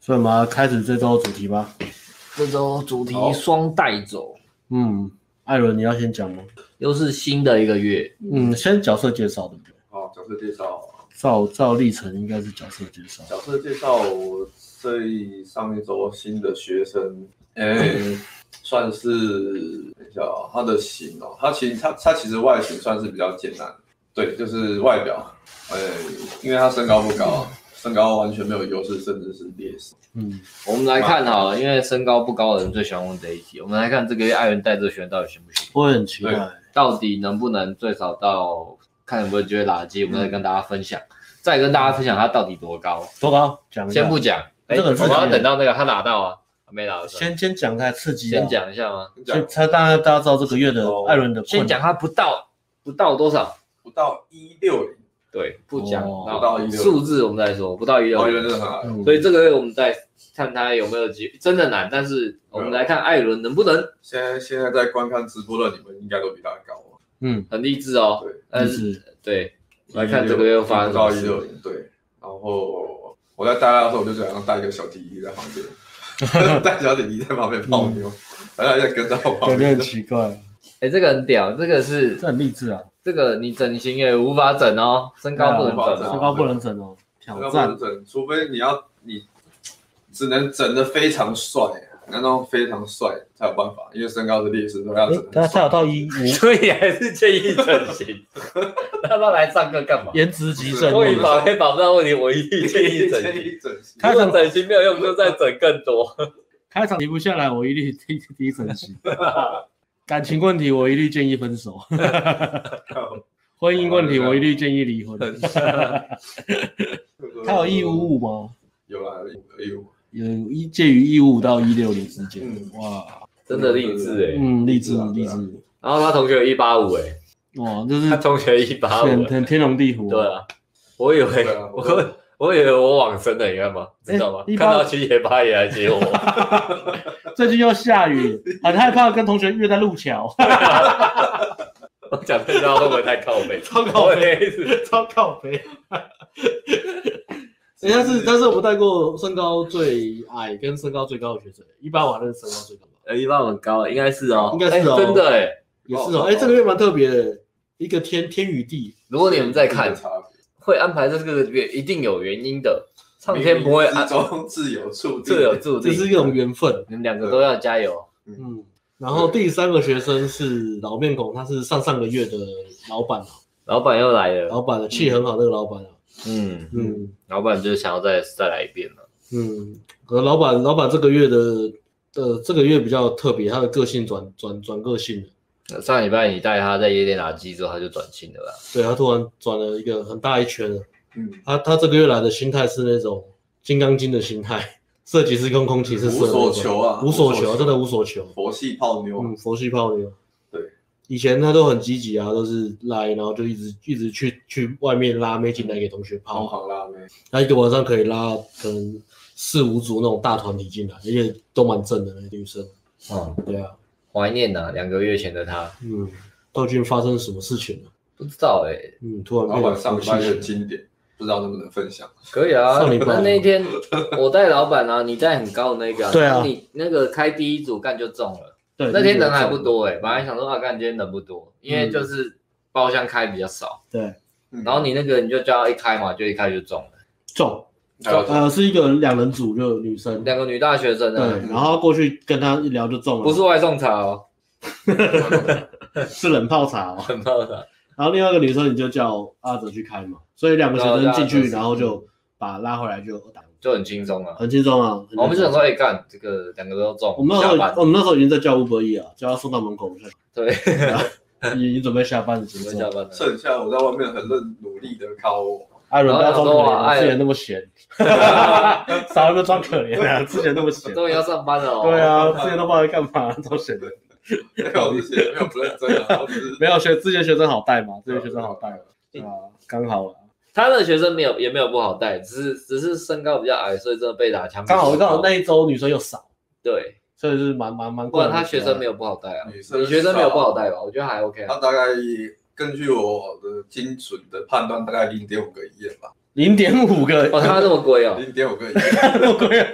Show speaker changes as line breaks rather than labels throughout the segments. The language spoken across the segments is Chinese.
所以我们要开始这周主题吧。
这周主题
好
双带走，
嗯，艾伦，你要先讲吗？
又是新的一个月，
嗯，先角色介绍对不对？
好，角色介绍，
照照历程应该是角色介绍。
角色介绍，我这一上一周新的学生，哎、算是等一下啊，他的型哦，他其实他他其实外形算是比较简单，对，就是外表，哎、因为他身高不高，身高完全没有优势，甚至是劣势。
嗯，
我们来看好了，因为身高不高的人最喜欢问这一题。我们来看这个月艾伦带这个学生到底行不行，
我也很期待。
到底能不能最少到看有没有机会拉圾，我们再跟大家分享，再跟大家分享他到底多高。
多高？讲一下。
先不讲，哎、
这个
我
是
们要
谁
等到那个他拿到啊，没拿到。
先先讲太刺激了。啊
先，讲一下吗？
讲
先才大家大家知道这个月的
哦
艾伦的困
先
难
讲他不到不到多少？
不到一六零，
对，不讲，
哦
然后
不到160
数字我们再说，不到一六
我觉得真的很矮。
嗯
所以这个月我们再看他有没有机，真的难，但是我们来看艾伦能不能
现在现在在观看直播的你们应该都比他高哦，
嗯，
很励志哦
对。
但
就是是
对，来看这个又发生
不
什么
到
事
一六零，对。然后我在带他的时候，我就想要带一个小弟弟在旁 边，带小弟弟在旁边泡妞，
嗯
然后他就跟在我
有
旁
点
边。
奇怪，
哎、这个很屌，这个是
这很励志啊，
这个你整形也无法整哦，身高不能
对啊无法
整
整
身
哦。
高不能整哦，挑
要不
战
能。整，除非你要你只能整的非常帅，那种非常帅才有办法，因为身高是劣势，都要
诶
整
他他
得
有
帅。
到一五，
所以还是建议整形。 那他来上课干嘛？
颜值极盛。
我以
终于把
保黑保不到问题，我一定建议 整
建
形。
议整形，
他
如果整形没有用，就再整更多。
开场停不下来，我一律第第一整 形。感情问题，我一律建议分 手；婚姻问题，我一律建议离婚。他有一五五吗？
有啦，有一五，
有一介于一五五到一六零之间。
嗯
哇，
真的励志哎、
嗯，励志
对啊
励志，
然后他同学有一八五哎，
哇，这是
他同学一八五
天，天天龙地虎。
对，啊，我以为
对啊我
我我以为我往生了，你看吗？知道吗？
欸185
看到七爷八爷来接我，
最近又下 雨，很害怕跟同学约在路桥。
我讲这段会不会太靠背？
超靠背
我的意思，
超靠 北。人家是，但是我们带过身高最矮跟身高最高的学生，一八五还是身高最高吧，
呃，一般很高，应该是哦，
应该是哦
欸真的哎。
也是哦。哎、这个月蛮特别的，一个天天与地，
如果你们在看，
啊差别
会安排这个月一定有原因的，上天不会
冥冥
安
之中自有处
自有注
这
定，
是一种缘分。
你们两个都要加油。
嗯，然后第三个学生是老面孔，他是上上个月的老板啊，
老板又来了，
老板的气很好，那个老板啊，
嗯，
哦嗯
老板就是想要再再来一遍了。
嗯，和老板老板这个月的呃这个月比较特别，他的个性转转转个性了，
呃上礼拜你带他在夜店打鸡之后，他就转性了啦。
对他突然转了一个很大一圈了。
嗯，
他他这个月来的心态是那种金刚经的心态，色即是空，空即是色，
无所求啊
无所
无所
求，
求
真的无所求。
佛系泡妞啊
嗯，，佛系泡妞。
对，
以前他都很积极啊，都是来，然后就一直一直去去外面拉妹进来给同学
疯
泡，啊
狂辣妹，
他一个晚上可以拉可能四五组那种大团体进来，而且都蛮正的那些女生。
嗯，
对啊，
怀念呐、两个月前的他，
嗯，到底发生什么事情了？啊
不知道哎、
嗯，突然
老
变
板
得
啊上
佛
礼拜
系
很经典，不知道能不能分享。
可以啊。
上礼拜
那那一天我带老板啊，你带很高的那个、
对啊
你那个开第一组干就中了。
对，
那天人还不。多哎、本来想说啊，干今天人不多，因为就是包厢开比较少。
对，
嗯
然后你那个你就叫他一开嘛，就一开就中了。
中，
还有
呃，是一个两人组，就女生。
两个女大学生
对
啊，，
然后过去跟他一聊就中了，
不是外送茶哦，
是冷泡茶哦。
很棒的。
然后另外一个女生你就叫阿哲去开嘛，所以两个学生进去，
对啊
然后就把拉回来就打，
就很轻松啊。
很轻松啊。
我们就
很轻
想
松
说，哎、干这个两个都中，
我们那
下
时
班
候我们那时候已经在叫吴伯义啊，叫他送到门口去，
对，
已经准备下班，准
准
备
备
下
下
班。
班了。
剩下我在外面很认努力的靠我，
艾伦不要啊装可
然后想说哇哎
怜，
艾
之
伦
前那么闲，少一个装可怜啊，之前那么闲。
终于要上班了哦。
对啊，之前都不知道在干嘛，超闲的。
没有这些，没有不认真啊，我 只是
没有学之前学生好带嘛，之前学生好带了，对啊，刚好了。
他的学生没有也没有不好带，只是只是身高比较矮，所以真的被打枪毙。
刚好刚好那一周女生又少，
对，
所以是蛮蛮蛮。
不然他学生没
有，
有不好带啊。
女生，
你学生没有不好，带吧？我觉得还 OK 啊
他。大概根据我的精准的判断，大概零点五个一夜吧，
零点五个，
哦，他那么贵哦，
零点五个亿，
那么贵啊，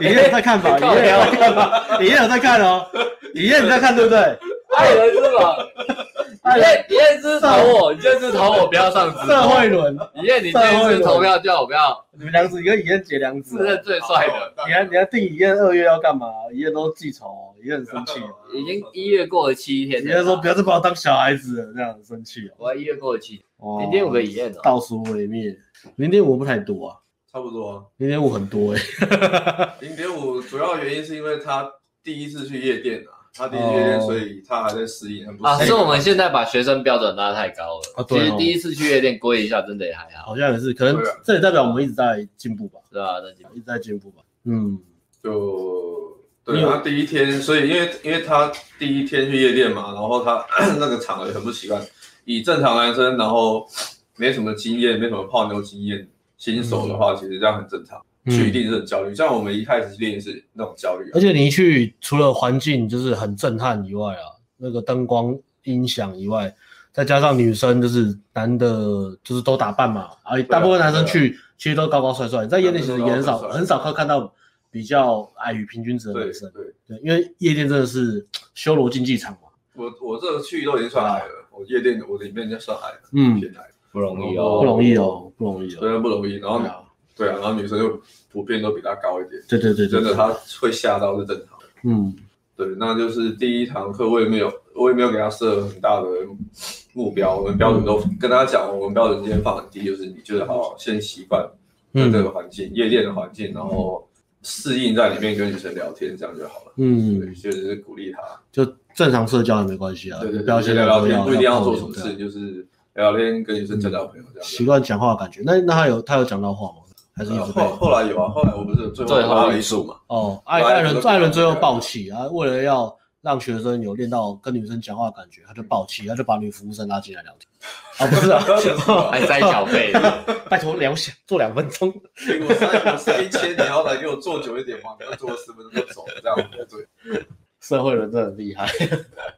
李艳有在看 吧？李艳有在看吧？李艳有在看哦，李艳你在看对不对？
艾伦是吧？你在你在支持我，你在支持我，不要上直
社
播。
会轮，
你在你这一次投票叫我不要，
你们梁子，你跟李艳姐梁子啊
自，认最帅的。
你还你还定李艳二月要干嘛？李艳都记仇哦，李艳很生气哦，
已经一月过了七天
呃
李
了，
艳说不要再把我当小孩子了，这样很生气哦。
我要一月过了七，
哦
零点五个以燕哦，
倒数毁灭，零点五不太多啊，
差不多
零点五很多哎、
啊。零点五主要原因是因为他第一次去夜店啊，他第一次去夜店，
哦
所以他还在适应，很不
啊，
适
是
应。
我们现在把学生标准拉太高了
啊。对
其
哦
实第一次去夜店归一下，真的也还好，
好像也是，可能
对啊
这也代表我们一直在进步吧，
是吧？那就
一直在进步吧。嗯，
就
你
对
有
他第一天，所以因为因为他第一天去夜店嘛，然后他 那个场合很不习惯，以正常男生，然后没什么经验，没什么泡妞经验，新手的
嗯
话，其实这样很正常，去一定是很焦虑。像我们一开始练也是那种焦虑啊、
而且你一去，除了环境就是很震撼以外啊，那个灯光、音响以外，再加上女生就是男的，就是都打扮嘛，而
啊
大部分男生去其实都高高帅帅，在夜店其实也很少
高高帅帅
很少会看到比较矮于平均值的
对
男生，
对，
对，因为夜店真的是修罗竞技场嘛，
我我这个去都已经算矮了，我夜店我里面就算矮了，
嗯
偏矮，
不容易
不
哦。
容易哦，不容易
虽
哦。
然不容易。然后
对啊
对啊，然后女生就普遍都比他高一点，
对对对对，
真的
对
他会吓到是正常的。
嗯，
对，那就是第一堂课，我也没有，我也没有给他设很大的目标，我们标准都
嗯
跟他讲，我们标准今天放很低，就是你就是好好先习惯在
嗯
这个环境、夜店的环境，然后适应在里面跟女生聊天，这样就好了。对，
嗯，
就是鼓励他，
就正常社交也没关系啊，
对对
不要
对，
先
聊聊天，不一定要
泡
做
妞
什么
这
事
样
情，就是聊聊天，跟女生交交朋友这样
习
子。
惯讲话的感觉。那那他有他有讲到话吗？还是一
然
直
后
被
后后来有啊，后来我不是最后
最后
拉
一
了一束嘛，
哦，艾
后来
艾
就
伦
是
艾伦最后爆气啊，为了要让学生有练到跟女生讲话的感觉，他就
嗯
爆气，他就把女服务生拉进来聊天。啊，不是啊，
还塞小费，
拜托聊想做两分钟，
给我三我三千，你好歹给我坐久一点嘛，给我坐了十分钟就走了，这样对。
社会人真的很厉 害，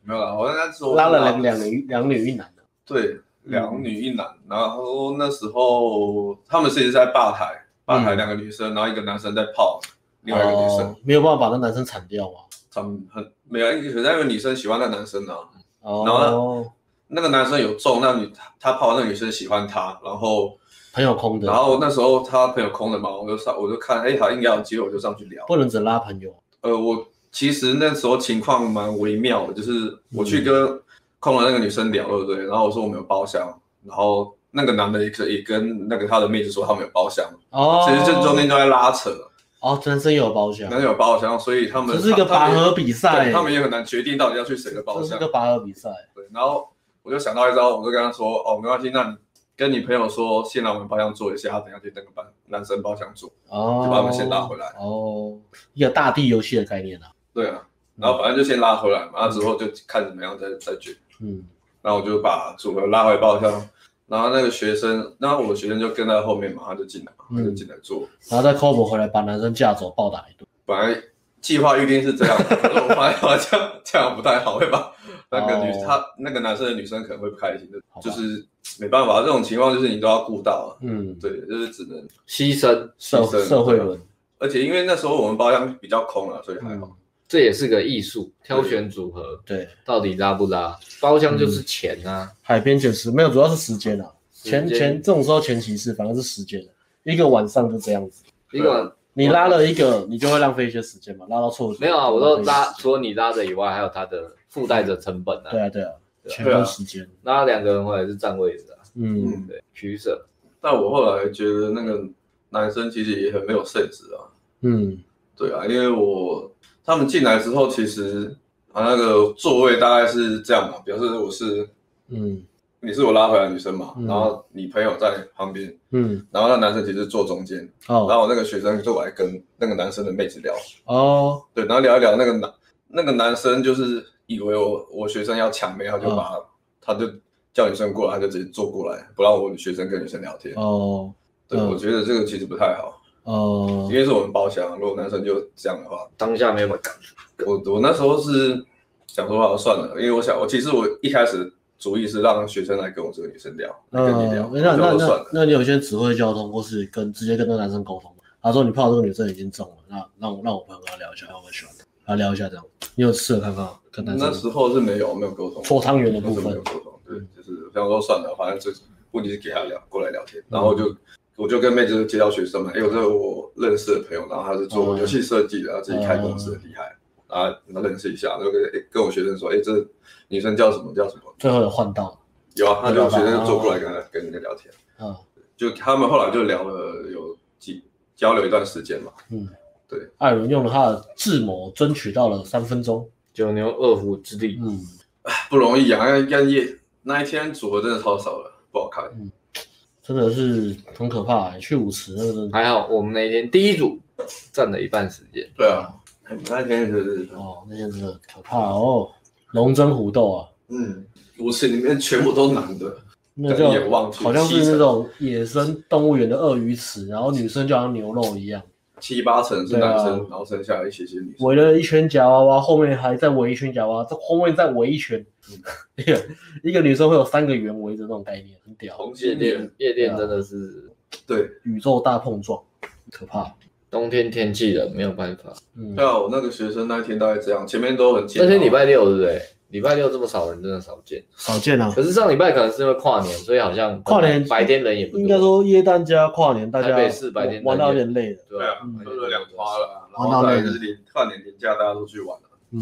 没有啦，我跟他说
拉了两两女两女一男的。
对两女一男，然后那时候他们其实是在吧台，吧台两个女生，然后一个男生在泡另外一个女生，
哦，没有办法把那男生铲掉嘛。
他们很没有，可是那个女生喜欢那男生啊，然后
哦，
那个男生有中，那女他他泡那个女生喜欢他，然后
朋友空的
然，后那时候他朋友空了嘛，我就上我就看，哎，好应该有机会，我就上去聊。
不能只拉朋友。
呃，我其实那时候情况蛮微妙的，就是我去跟空了那个女生聊，对不对？然后我说我们有包厢，然后那个男的也可也跟那个他的妹子说他们有包厢，
哦，
其实这中间就在拉扯，
哦，男生也有包厢
男，生有包厢，所以他们
只是一个拔河比赛，
对他们也很难决定到底要去谁的包
这是
厢
个。拔河比赛。
对，然后我就想到一招，我就跟他说，哦，没关系，那你跟你朋友说，先来我们包厢坐一下，他等一下去那个班男生包厢坐，
哦，
就把他们先拉回来
哦，一个大地游戏的概念啊。
对啊，然后反正就先拉回来嘛，那之后就看怎么样再再决定。
嗯，
然后我就把组合拉回包厢，然后那个学生，然后我的学生就跟在后面嘛，他就进来嘛，
嗯
他就进来坐。
然后再 c o b 回来把男生架走，暴打一顿。
本来计划预定是这样， 可是我发现好像这样不太好，会把那个女、
哦
他那个男生的女生可能会不开心，就
好吧
就是没办法，这种情况就是你都要顾到啊。
嗯，
对，就是只能，
牺牲，
社
是
社会轮，
而且因为那时候我们包厢比较空啊了，所以还好。
嗯，
这也是个艺术，挑选组合
对，
到底拉不拉？包厢就是钱啊，
海边捡拾没有，主要是时间啊，前
时间
前这种时候前期是反正是时间，一个晚上就这样子。
一个
你拉了一个，你就会浪费一些时间嘛，拉到错
没有啊，我都拉，除了你拉的以外，还有它的附带着成本啊
对。啊对啊，
对啊
全部时间，
拉两个人回来是占位置啊，
嗯，
嗯，
对，取舍。
但我后来觉得那个男生其实也很没有 sense 啊，
嗯，
对啊，因为我他们进来之后，其实啊那个座位大概是这样嘛，表示我是
嗯，
你是我拉回来的女生嘛，
嗯
然后你朋友在旁边，
嗯，
然后那男生其实坐中间，然
哦
后我那个学生就来跟那个男生的妹子聊，
哦，
对，然后聊一聊那个男那个男生就是以为我我学生要抢妹，他
嗯
就把、他就叫女生过来，他就直接坐过来，不让我学生跟女生聊天。
哦，
对，
嗯
我觉得这个其实不太好，
哦
因，为是我们包厢，如果男生就这样的话，
当下没有感觉，
我我那时候是想说啊，算了，因为我想，我其实我一开始主意是让学生来跟我这个女生聊，来
嗯，
跟你聊，
那那
我就说算
那
了。
那你有些指挥交通，或是跟直接跟那个男生沟通吗？他说你泡这个女生已经中了，那让我让我朋友跟他聊一下，看我喜欢他，跟他聊一下这样。你有试着看看吗跟男
那
生
时候是没有没有沟通，
搓汤圆的
那
部
时候没有
分？嗯
沟通，对，就是想说算了，反正就问题是给他聊过来聊天，然后就我就跟妹子介绍学生嘛，哎因为我这个我认识的朋友，然后他是做
嗯
游戏设计的，他自己开公司很厉害，
哦
然后然后认识一下，然后跟诶跟我学生说，哎，这女生叫什么叫什么，
最后有换到，
有啊，他就
对吧
学生坐过来跟
哦
他跟人家聊天，
嗯
就他们后来就聊了有几交流一段时间嘛，
嗯，
对，
艾伦用了他的智谋争取到了三分钟，
九牛二虎之力，
嗯，
不容易啊，干夜那一天组合真的超少了，不好看，
真的是很可怕、欸。去舞池那个真
哎
的
嗯还好我们那一天第一组占了一半时间，
对啊，哎那一天就是
哦，那些真的可怕哦，龙争虎斗啊，
嗯，舞池里面全部都男的，
那
对一眼
就
望去
好像
七
是
成
那种野生动物园的鳄鱼池，然后女生就好像牛肉一样。
七八成是男生，
对啊
然后剩下一些些女生。
围了一圈夹娃娃，后面还再围一圈夹娃娃，这后面再围一圈，一个 一个女生会有三个圆围着那种概念，很屌，
同
夜
性恋
店夜店真的是
对，
宇宙大碰撞，可怕。
冬天天气冷，没有办法。
嗯
对，啊，我那个学生那一天大概这样，前面都很紧
那
张。
天礼拜六对不啊对？礼拜六这么少人真的少见，
少见啊。
可是上礼拜可能是因为跨年，所以好像
跨年
白天人也不多。
应该说耶诞加跨年，大家
台北市白天
玩到有点累了。
对
对啊，喝了两花
了。
了，然
玩
后
到累
再
了
来就是连跨年年假大家都去玩了，
嗯，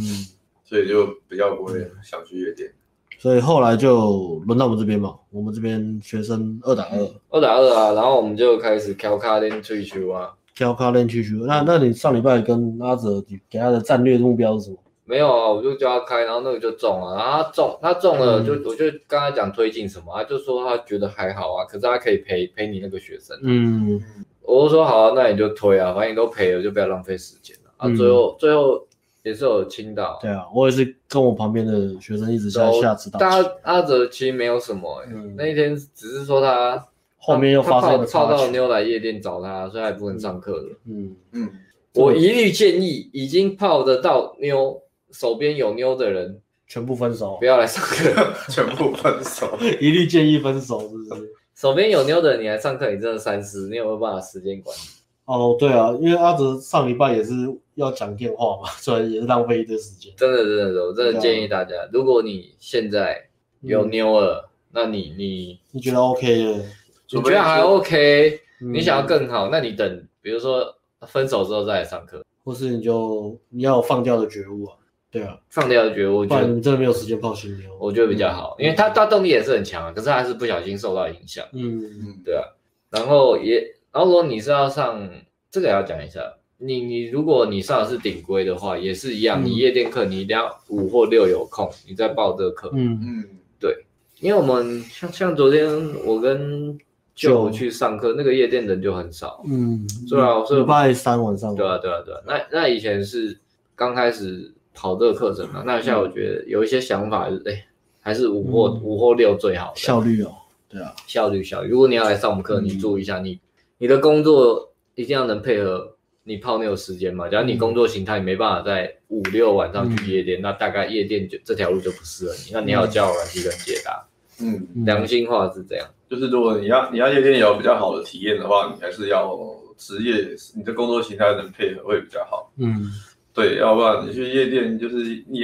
所以就比较不会想去夜店。
所以后来就轮到我们这边嘛，我们这边学生二打二，
二打二啊，然后我们就开始调卡丁退球啊。
交咖练区区。那那你上礼拜跟阿哲你给他的战略目标是什么？
没有啊，我就叫他开，然后那个就中了，然后他中，他中了
嗯
就、我就跟他讲推进什么，他就说他觉得还好啊，可是他可以陪陪你那个学生，啊
嗯
我就说好、啊，那你就推啊，反正你都陪了，就不要浪费时间了啊。
嗯
最后最后也是有亲到，
对啊，我也是跟我旁边的学生一直下
都
下指导棋，
但阿阿哲其实没有什么、欸，
嗯
那一天只是说他
后面又发生
了
了
泡
插
到
曲。
妞来夜店找他，所以还不能上课了。
嗯，
嗯，
我一律建议已经泡得到妞、手边有妞的人，
全部分手
不，要来上 课。
全部分手。
一律建议分手，是不是？
手边有妞的人，你来上课，你真的三思，你有没有办法时间管理？
哦，对啊，因为阿哲上礼拜也是要讲电话嘛， 所以也是浪费一堆时间。
真的，真的真的，我真
对
的
啊
建议大家，如果你现在有
嗯
妞了，那你你
你觉得 OK 的？
你觉得还哦 OK，你想要
嗯，
更好，那你等，比如说分手之后再来上课，
或是你就你要有放掉的觉悟啊，对啊，
上掉就觉得我
不
觉
然你
得
们真的没有哦时间泡新妞。
我觉得比较好，因为他他动力也是很强啊，可是他还是不小心受到影响。
嗯，
嗯，
对啊，然后也，然后如果你是要上这个也要讲一下，你你如果你上的是顶规的话，也是一样，
嗯
你夜店课你一定要五或六有空，你再报这个课，
嗯
嗯，
因为我们像像昨天我跟
就
舅去上课，那个夜店人就很少，
嗯，
对啊所以
礼拜三晚上，
对啊对啊对啊，那那以前是刚开始跑这个课程嘛，那现在我觉得有一些想法就是，哎，还是五或
嗯
五或六最好的，
效率哦，对啊，
效率效率。如果你要来上我们课，
嗯
你注意一下，你你的工作一定要能配合你泡妞的时间嘛。假如你
嗯
工作形态没办法在五六晚上去夜店，那大概夜店就这条路就不适合你。那你要教软体跟解答，
嗯，
嗯
良心话是这样。
就是如果你要你要夜店有比较好的体验的话，你还是要职业你的工作形态能配合会比较好。
嗯
对，要不然你去夜店就是你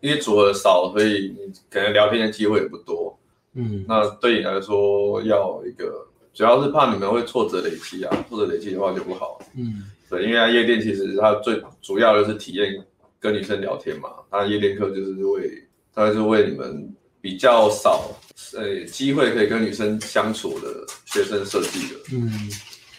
因为组合少，所以你可能聊天的机会也不多。
嗯
那对你来说，要一个主要是怕你们会挫折累积啊，挫折累积的话就不好。
嗯
对，因为在夜店其实它最主要的是啊体验跟女生聊天嘛，那夜店课就是为它是为你们比较少呃机会可以跟女生相处的学生设计的。
嗯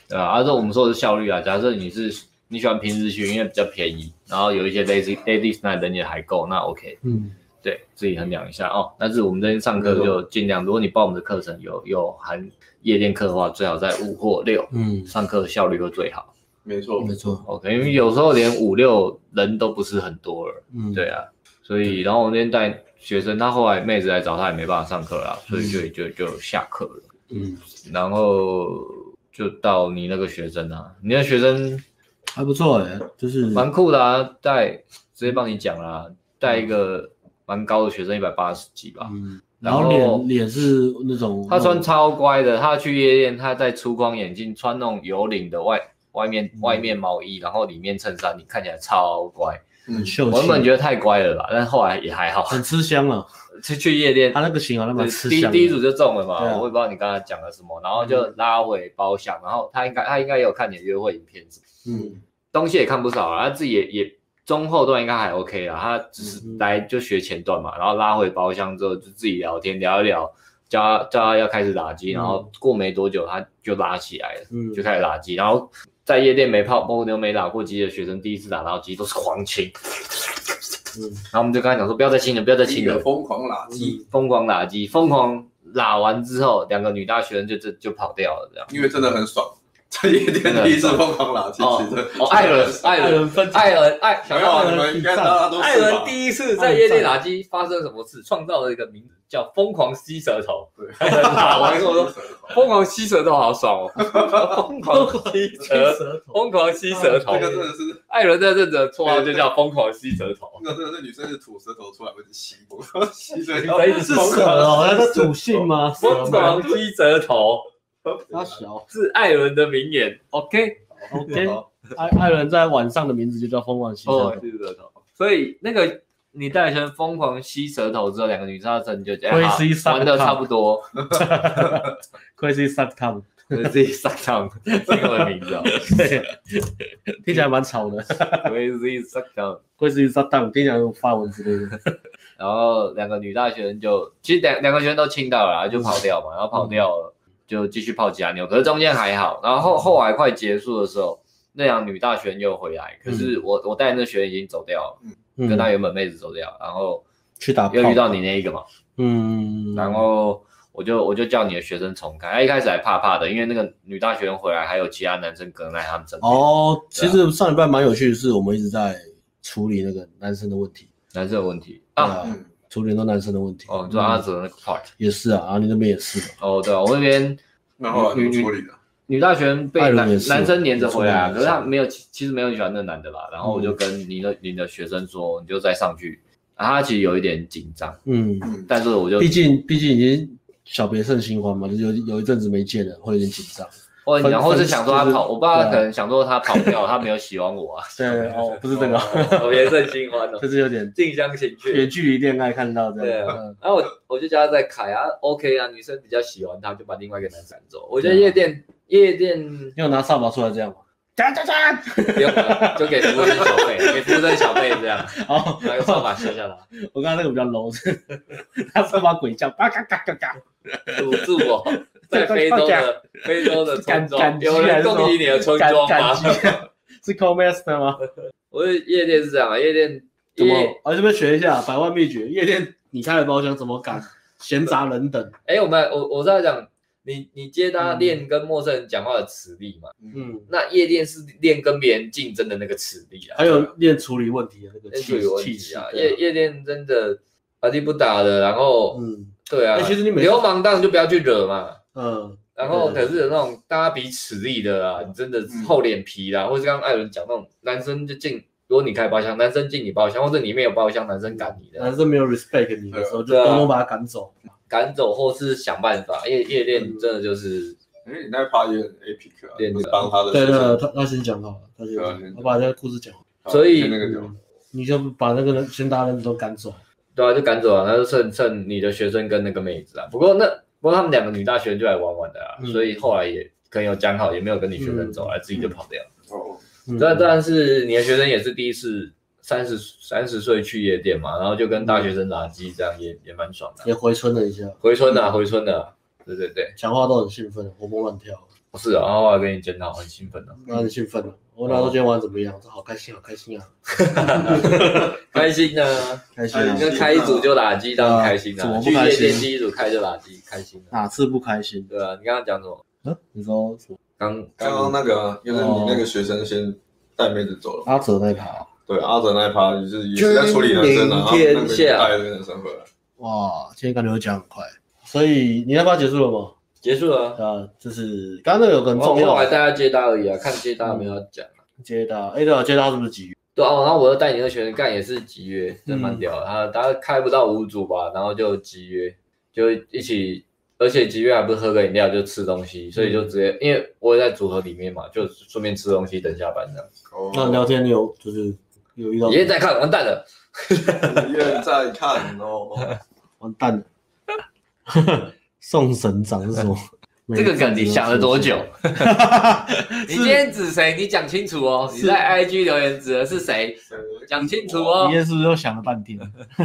对啊，而且我们说的是效率啊。假设你是你喜欢平日去，因为比较便宜，然后有一些 lazy ladies night 人也还够，那 OK。
嗯，
对自己衡量一下哦。但是我们这边上课就尽量，如果你报我们的课程有有含夜店课的话，最好在五或六
嗯，
上课效率会最好。
没错
没，错，
OK，因为有时候连五六人都不是很多了，
嗯，
对啊。所以，然后我那天带学生，他后来妹子来找他也没办法上课啦，所以就就就下课了。
嗯，
然后就到你那个学生啊，你那学生
还不错哎，就是
蛮酷的啊，带直接帮你讲啦，带一个蛮高的学生，一百八十几吧。
嗯然
然
后
后
脸脸是那种
他穿超乖的，他去夜店，他戴粗框眼镜，穿那种有领的外外面
嗯
外面毛衣，然后里面衬衫，你看起来超乖。
嗯
很，秀
我
气，
原本觉得太乖了啦，但后来也还好。
很吃香啊，
去去夜店
他，那个型好像蛮吃
第一
香的。
第一组就中了嘛，
对啊嗯
我也不知道你刚才讲了什么，然后就拉回包厢，然后他应该他应该也有看你的约会影片，
嗯
东西也看不少啊，他自己也也中后段应该还 OK 啦，他只是
嗯
来就学前段嘛，然后拉回包厢之后就自己聊天聊一聊，叫他叫他要开始打机，
嗯
然后过没多久他就拉起来了，
嗯
就开始打机，然后在夜店没泡泡妞没打过机的学生第一次打到机都是狂亲，
嗯
然后我们就跟他讲说不要再亲了，不要再亲
一
了
个，疯狂垃
嗯
圾，
疯狂打击，疯狂打完之后，两个女大学生就就就跑掉了，这样。
因为真的很爽，在夜店第一次疯狂垃圾，其实
哦，艾伦， 艾
艾
伦，
伦分
艾伦，艾小
没有
艾
啊，
伦，
你们应该大家都是吧
艾伦第一次在夜店打击发生什么事，创造了一个名字叫“疯狂吸舌头
对”。
艾伦打完之后啊说：“ 疯狂吸舌头好爽哦，疯狂呃吸舌，
舌头，
疯狂吸舌头
这。个真的是，”
艾伦在这的绰号就叫“疯狂吸舌头
那真的是女生是吐舌头出来会吸，我吸舌头
你在一直
是蛇哦，那是主性吗？”，“
疯
蛇吗？
狂 吸舌头
他小”
是艾伦的名言。OK，
，OK。艾艾伦在晚上的名字就叫疯狂西
疯
车
狂，吸舌头。哦所以那个你戴成疯狂吸舌头之后，两个女生真就觉得
会
哎好
吸上
玩的
趟
差不多，
，Crazy Suck Town，
就是自己上 场这个名字哦
对， 听起来蛮吵的
，Crazy Suck Down。
，Crazy Suck Town，听起来有发文之类的，
然后两个女大学生就，其实两两个学生都亲到了啊，就跑掉嘛，然后跑掉了就继续泡其他妞，可是中间还好，然后后后来快结束的时候，那两女大学生又回来，可是我我带的那学生已经走掉了，跟他
嗯
原本妹子走掉，然后
去打炮
又遇，到你那一个嘛，
啊嗯，
然后我就我就叫你的学生重开，啊他一开始还怕怕的，因为那个女大学生回来还有其他男生跟在他们身边，
哦，其实上礼拜蛮有趣的是，我们一直在处理那个男生的问题，
男生有问题
对
啊，
嗯
啊，处理很多男生的问题，嗯
哦，你说阿哲那个 part，
也是啊，啊，你那边也是嘛，
哦，对啊，我那边。
那后
嗯
来怎么处理的？
女大学生被
艾
男
伦也是
男生黏着回来、啊，
我
可
知道
是他没有，其其实没有很喜欢那个男的啦。然后我就跟你的你的学生说，你就再上去。啊、他其实有一点紧张，
嗯，
嗯，
但是我就
毕竟毕竟已经小别胜新欢嘛，就是有有一阵子没见了，会有点紧张。
我然后是想说他
分
跑，我爸
对啊
可能想说他跑掉，他没有喜欢我啊，
对哦， 不是这个，
我别胜新欢哦，
就是有点
近乡情怯。
远距离恋爱看到这
对
样。
啊
嗯
然后我我就叫他再开啊，OK 啊，女生比较喜欢他，就把另外一个男生赶
啊
走。我觉得夜店夜店
你有拿扫把出来这样吗？ 哒哒哒！
不用了，就给服务生小 费，给服务生小费这样，
哦，
拿个扫把 吓吓他，
我刚刚那个比较 low，他扫把鬼叫，嘎嘎嘎嘎嘎。
堵住 我。在非洲的非洲的村
感
庄，
感激
有人攻击你的村
感
庄
感
吗？
激 是 Co Master 吗？
我的夜店是这样啊，夜店
怎么啊
夜？
我这边学一下百万秘诀，夜店你开的包厢怎么敢闲杂人等？
哎，我们我我在讲你你接搭
嗯
练跟陌生人讲话的磁力嘛，
嗯，
嗯，
那夜店是练跟别人竞争的那个磁力啊，
还有练处理问题的那个
那
气
就有问
气
题
质
啊。
对
夜夜店真的把地不打的，然后
嗯
对啊
哎，其实你每次
流氓当然就不要去惹嘛。
嗯，
然后
对嗯
可是有那种大家比齿力的啊，你真的是厚脸皮啦，或是刚刚艾伦讲那种男生就进，如果你开包厢，男生进你包厢，或者你没有包厢，男生赶你的，
男生没有 respect 你的时候，就
啊对啊
通通把他赶走。
赶走或是想办法。夜夜店
嗯
真的就是
因哎为你那趴也很 epic 啊，
练
你帮他的
对
学
对，对
生，
他他先讲好了，他先
对啊
讲
先讲
我把这个故事讲完。嗯
所以嗯
好那个就好
你就把那个人先大人都赶走。
对啊，就赶走啊，那就趁趁你的学生跟那个妹子啊。不过那不过他们两个女大学生就来玩玩的啊，
嗯
所以后来也可能有讲好，也没有跟你学生走啊，自己就跑掉。
哦，
嗯
但但是你的学生也是第一次三十三十岁去夜店嘛，然后就跟大学生打机，这样也也蛮爽的啊。
也回春了一下，
回春啊，回春啊，对对对，
讲话都很兴奋，活蹦乱跳，
不是啊，然后我要跟你检讨，很兴奋啊，
那很兴奋了。我那时候今天玩得怎么样？这好开心，好开心啊，
开心啊，
开心
你
啊
哎！
看开一组就打鸡，当然开心
怎
啊，
么
去
不开
夜
心
店第一组开就打鸡，开心啊，
哪次不开心？
对啊，你刚刚讲什么？
嗯，你说什么？
刚
刚刚那个啊，就是你那个学生先带妹子走了，
阿哲那一啊趴，
对，阿哲那一趴就是也是在处理男生啊，然后
君临
那个
天下
带那个男生回来，
哇，今天感觉会讲很快。所以你那趴结束了吗？
结束了啊，
啊，就是刚刚那个有个很
我
重
后
要
来
的
大家接搭而已啊，看接搭有没有要讲啊。
接到，哎，对了，接到是不是几月？
对哦，然后我又带你那个学生干也是集约，真蛮啊
嗯
屌的。他他开不到五组吧，然后就集约，就一起，而且吉月还不是喝个饮料就吃东西，所以
嗯
就直接，因为我也在组合里面嘛，就顺便吃东西，等下班这样。
哦
那聊天你有就是有遇到
爷爷在看，完蛋了，
医院在看哦，
完蛋了， 送神掌是什么？
这个梗你想了多久？你
是
今天指谁？你讲清楚哦。你在 IG 留言指的是谁？ 讲清楚哦
爷。爷是不是又想了半天，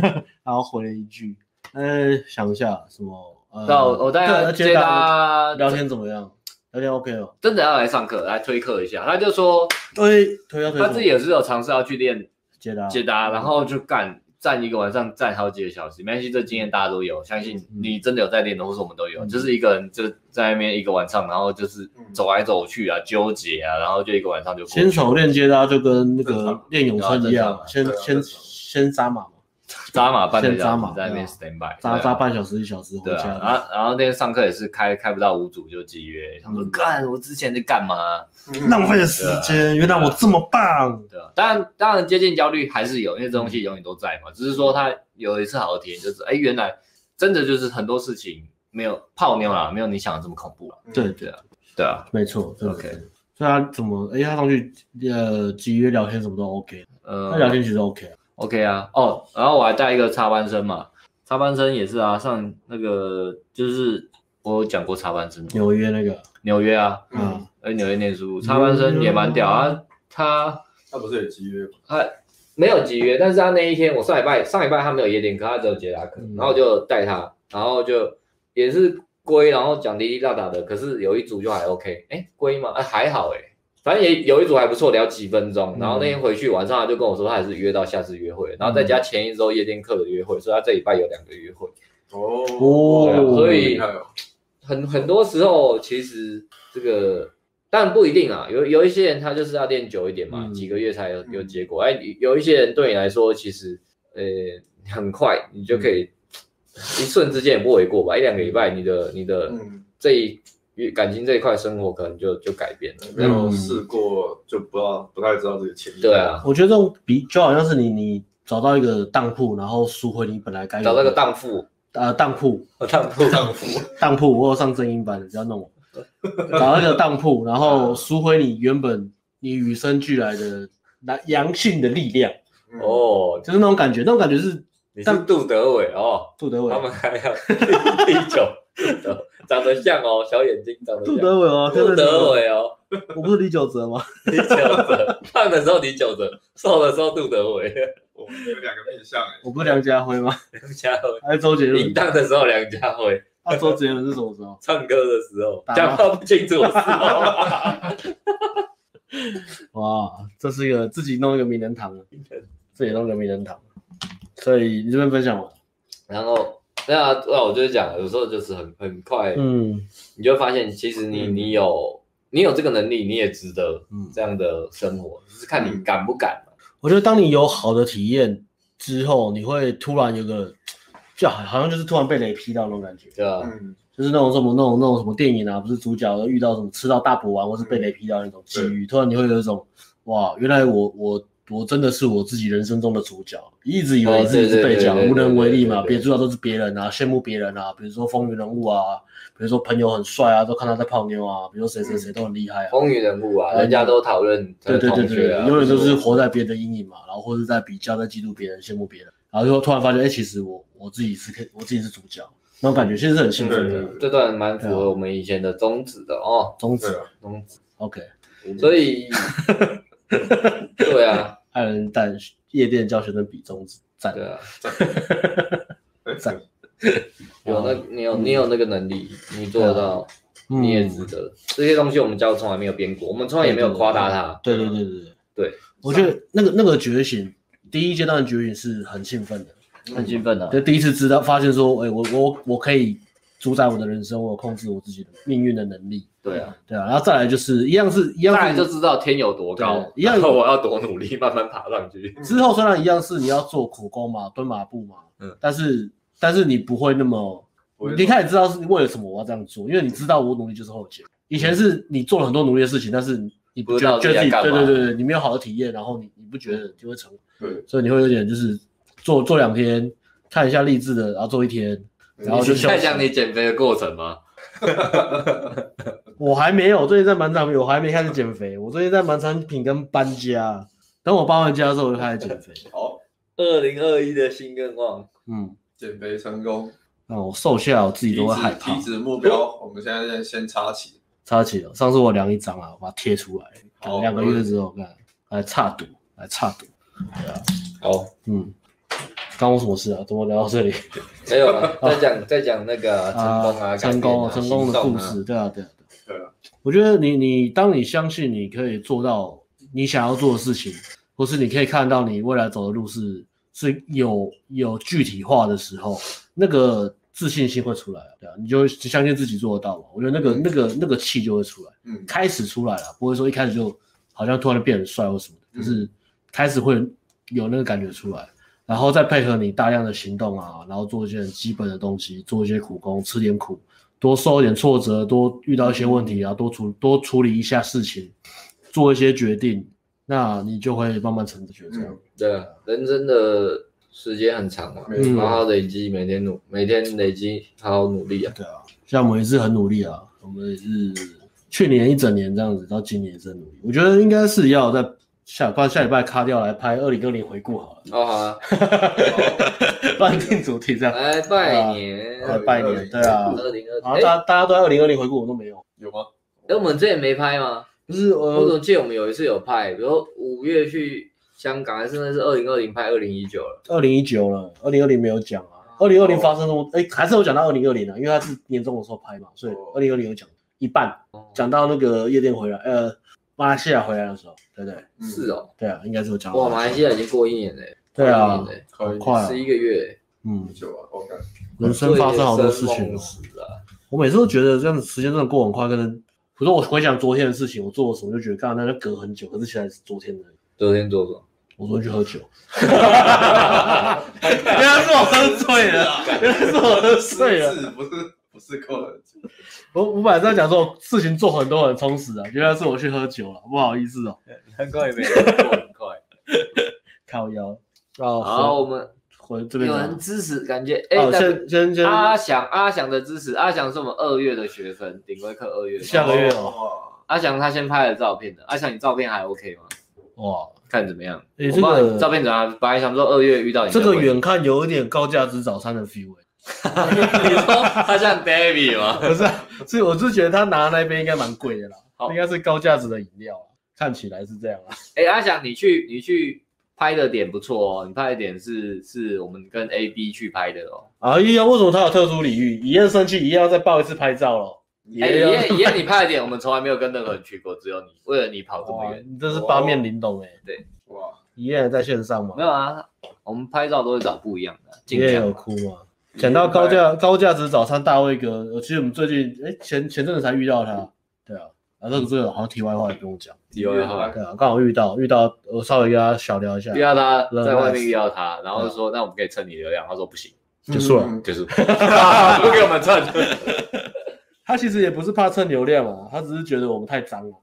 然后回了一句，呃，想一下什么？呃，
那我我大
对
概
而且
接
聊
他
聊天怎么样？聊天 OK 哦。
真的要来上课来推课一下，他就说
推推要推什么，
他自己也是有尝试要去练
解答
解答，然后就干站一个晚上站好几个小时，没关系，这经验大家都有，相信你真的有在练的，或是我们都有，
嗯
就是一个人就在那边一个晚上，然后就是
嗯
走来走去啊，纠结啊，然后就一个晚上就过去
先手链接搭就跟那个练咏春一样，
啊正
先
常
先
正常
先扎马嘛，
扎马半个
先扎
小
马
时在那边
对啊
stand by
扎扎
半。
半小时一小时回
对啊，然
家。
后然后那天上课也是开开不到五组就集约，想说
嗯
干我之前在干嘛？啊
嗯
浪费了时间，原来我这么棒。
对啊，当然，当然接近焦虑还是有，因为这东西永远都在嘛。只是说他有一次好的体验就是，哎，原来真的就是很多事情没有泡妞啦，没有你想的这么恐怖啦。
对对，
对啊，对啊，
没错。对
OK
对所以他怎么？哎，他上去呃集约聊天什么都 OK，他聊
呃
天其实 OK 啊。
，OK 啊，哦，然后我还带一个插班生嘛，插班生也是啊，上那个就是我有讲过插班生吗，
纽约那个
纽约啊，
嗯
啊，
哎，纽约念书，插班生也蛮屌啊，他。
他不是有机约吗？
没有集约，但是他那一天，我上礼拜上礼拜他没有夜店课，他只有解答课
嗯，
然后我就带他，然后就也是龟，然后讲滴滴答答的，可是有一组就还 OK，哎，龟嘛，哎还好哎，反正也有一组还不错，聊几分钟，
嗯
然后那天回去晚上他就跟我说他还是约到下次约会，然后再加前一周夜店课的约会，所以他这礼拜有两个约会，
哦
哦
对啊
所以
厉害哦
很很多时候其实这个。但不一定啊，有有一些人他就是要练久一点嘛，
嗯
几个月才有有结果。哎、有有一些人对你来说，其实呃很快，你就
嗯
可以、一瞬之间也不为过吧，一两个礼拜，你的你的
嗯，
这一、感情这一块生活可能就就改变了。
没有试过就不知道，不太知道这个潜力。
对，啊，
我觉得这种比就好像是你你找到一个当铺，然后赎回你本来该有的
找到个荡妇，
呃当铺
荡妇，
丈夫
当铺，我有上正音班的，不要弄我。找那个当铺，然后赎回你原本你与生俱来的那阳性的力量，
哦，
就是那种感觉，那种感觉是
你是杜德伟哦，
杜德伟
他，们还要 第九，杜德长得像哦，小眼睛长得
杜
像。
德伟哦，
杜德
伟，
伟哦，
我不是李玖哲吗？
李玖哲胖的时候李玖哲，瘦的时候杜德 伟，
我们有两个面相哎，
我不是梁家辉吗？
梁家辉，
还是周杰
淫
伦？
荡的时候梁家辉，
啊，周杰伦是什么时候？
唱歌的时候
打
讲话不清楚的时 候，
哇，这是一个自己弄一个名人堂，啊自己弄一个名人堂，所以你这边分享完，
然后对啊，对啊，我就是讲，有时候就是很很快，
嗯
你就会发现其实你
嗯
你有你有这个能力，你也值得
嗯，
这样的生活，只是看你
嗯
敢不敢嘛。
我觉得当你有好的体验之后，你会突然有个，就好好像就是突然被雷劈到那种感觉。
对啊，
嗯，
就是那种什么那种那种什么电影啊，不是主角遇到什么吃到大补丸，或是
嗯
被雷劈到那种际遇，突然你会有一种哇，原来我我我真的是我自己人生中的主角，一直以为自己是被角，
哦对对对对
无能为力嘛，
对对对
别主角都是别人啊，羡慕别人啊，比如说风云人物啊，比如说朋友很帅啊，都看他在泡妞啊，比如说谁
嗯
谁谁都很厉害啊，
风云人物啊，
嗯
人家都讨论
对对对
同
对
学啊，
对，永远都
或
是
我
活在别人的阴影嘛，然后或是在比较，在嫉妒别人，羡慕别人，然后就突然发现，哎、其实我我自己是可以，我自己是主角，那种感觉其实是很兴奋的
对对对
嗯这段蛮符
对啊
合我们以前的宗旨的哦，
宗
对
旨。
啊，
宗旨。
OK，
所 以，对啊，
爱人带夜店教学生比中指赞
对，啊，
赞，
有那你有你有那个能力，你做得到，
嗯
你也值得。这些东西我们教从来没有编过，我们从来也没有夸大它。
对对对对对
对，
我觉得那个那个觉醒，第一阶段的觉醒是很兴奋的，
很兴奋啊！
就第一次知道发现说，哎，我我我可以主宰我的人生，我有控制我自己的命运的能力，
对啊，
对啊，然后再来就是一样是一
当
样
然就是知道天有多高
对，一样
然后我要多努力，慢慢爬上去。
之后虽然一样是你要做苦工嘛，蹲马步嘛，
嗯
但是但是你不会那么
我
你一开始知道是为了什么我要这样做，因为你知道我努力就是会有结果。以前是你做了很多努力的事情，但是你不
不知
觉得
道
觉得
自
自
己
己
在
对
干嘛
对对对，你没有好的体验，然后你你不觉得就会成功，
对，
所以你会有点就是做做两天，看一下励志的，然后做一天，然后就
嗯你
休
在
息
讲你减肥的过程吗？
我还没有，最近在满产品，我还没开始减肥。我最近在满产品跟搬家，等我搬完家之后，我就开始减肥。
好，
二零二一的新愿望，
嗯，
减肥成功，
让我瘦下来，我自己
体
都会害
脂
怕
体。脂目标，我们现在先先插起。
插起了，上次我量一张啊，我把它贴出来，
哦
好
两个月之后看，来差赌，来差赌。
好，
嗯，刚我什么事啊？怎么聊到这里？
没有了，再讲再讲那个成功啊，
哦 成功成功的故
故事。
事，对啊，对啊。对啊
对啊，
我觉得你你当你相信你可以做到你想要做的事情，或是你可以看到你未来走的路是是有有具体化的时候，那个自信心会出来啊，对啊，你就会相信自己做得到嘛。我觉得那个那个那个气就会出来，
嗯，
开始出来了，不会说一开始就好像突然变很帅或什么的，就是开始会有那个感觉出来。然后再配合你大量的行动啊，然后做一些很基本的东西，做一些苦工，吃点苦，多受一点挫折，多遇到一些问题啊，多处多处理一下事情，做一些决定，那你就会慢慢成长。这样，
对啊，人生的时间很长嘛，
没
错
好好累积，每天努，每天累积，好好努力啊。
对啊，像我们也是很努力啊，我们也是去年一整年这样子，到今年也是很努力。我觉得应该是要在下，不然下礼拜卡掉来拍二零二零回顾好了，
哦，好啊，
不然定主题这样，
来拜年，
来拜年。对啊，
哎二零
然
二，
后
哎，
大家大家都在二零二零回顾，我都没有。
有吗？
哎我们之前没拍吗？
不是
我
呃，
总记得我们有一次有拍，比如五月去香港，还是那是二零二零拍二零一九了。
二零一九了，二零二零没有讲啊。
哦
二零二零发生了，哎、还是有讲到二零二零啊，因为它是年终的时候拍嘛，所以
哦
二零二零有讲一半，
哦
讲到那个夜店回来，呃，马来西亚回来的时候，对不对？
嗯
是，哦，
对啊，应该是有讲到。
哇，马来西亚已经过一年嘞，
对啊，
可以
快啊
十一个月，
嗯，
久啊，OK，
人生发生好多事情哦。
死啊！我
我每次都觉得这样子时间真的过很快，跟人，比如说我回想昨天的事情，我做了什么就觉得刚刚那就隔很久，可是其实还是昨天的。
昨天做做，
我昨天去喝 酒，原来是我喝醉
啊
了，原来是我喝醉了。
是不是不是过了很久？
我我本来在讲说事情做很多很充实啊，原来是我去喝酒了，不好意思哦，
很快没过很 快。
靠腰。哦，
好，我们
回这边
有
讲。
人支持，感觉哎，啊
哦，
那
先先先，
阿翔阿翔的支持，阿翔是我们二月的学生，顶规课二月的。
下个月哦，
哦，
阿翔他先拍了照片的，阿翔你照片还 OK 吗？
哇，
看怎么样？
诶
我
这
不知道
个
你照片怎么样？本来想说二月遇到你
这
再
个
问
远看有一点高价值早餐的 feel 欸
你说他像 David 吗？
不是啊，是我是觉得他拿那杯应该蛮贵的啦，
好
应该是高价值的饮料啊，看起来是这样啊。
哎、阿翔，你去你去拍的点不错哦，你拍的点是是我们跟 A B 去拍的哦。
啊，一样，为什么他有特殊礼遇？一样生气，一样再抱一次拍照咯。
哎、
也有
爷爷爷，你拍的点我们从来没有跟任何人去过，只有你为了你跑这么
哇，
远。
你这是八面玲珑哎，
哇，
一样还在线上吗？
没有啊，我们拍照都会找不一样的
一
镜
样哦有
像。
哭吗？讲到高价高价值早餐大卫哥，呃其实我们最近哎前前阵子才遇到他，对啊，啊这个这个好像题外话也不用讲，
有有有，
对啊，刚好遇到遇到，我稍微跟他小聊一下
遇，到他
冷
在外
nice
面遇到 他，然后就说那我们可以蹭你流量，他说不行，
结束了
嗯
就是不给我们蹭。
他其实也不是怕蹭流量啊，他只是觉得我们太 脏了。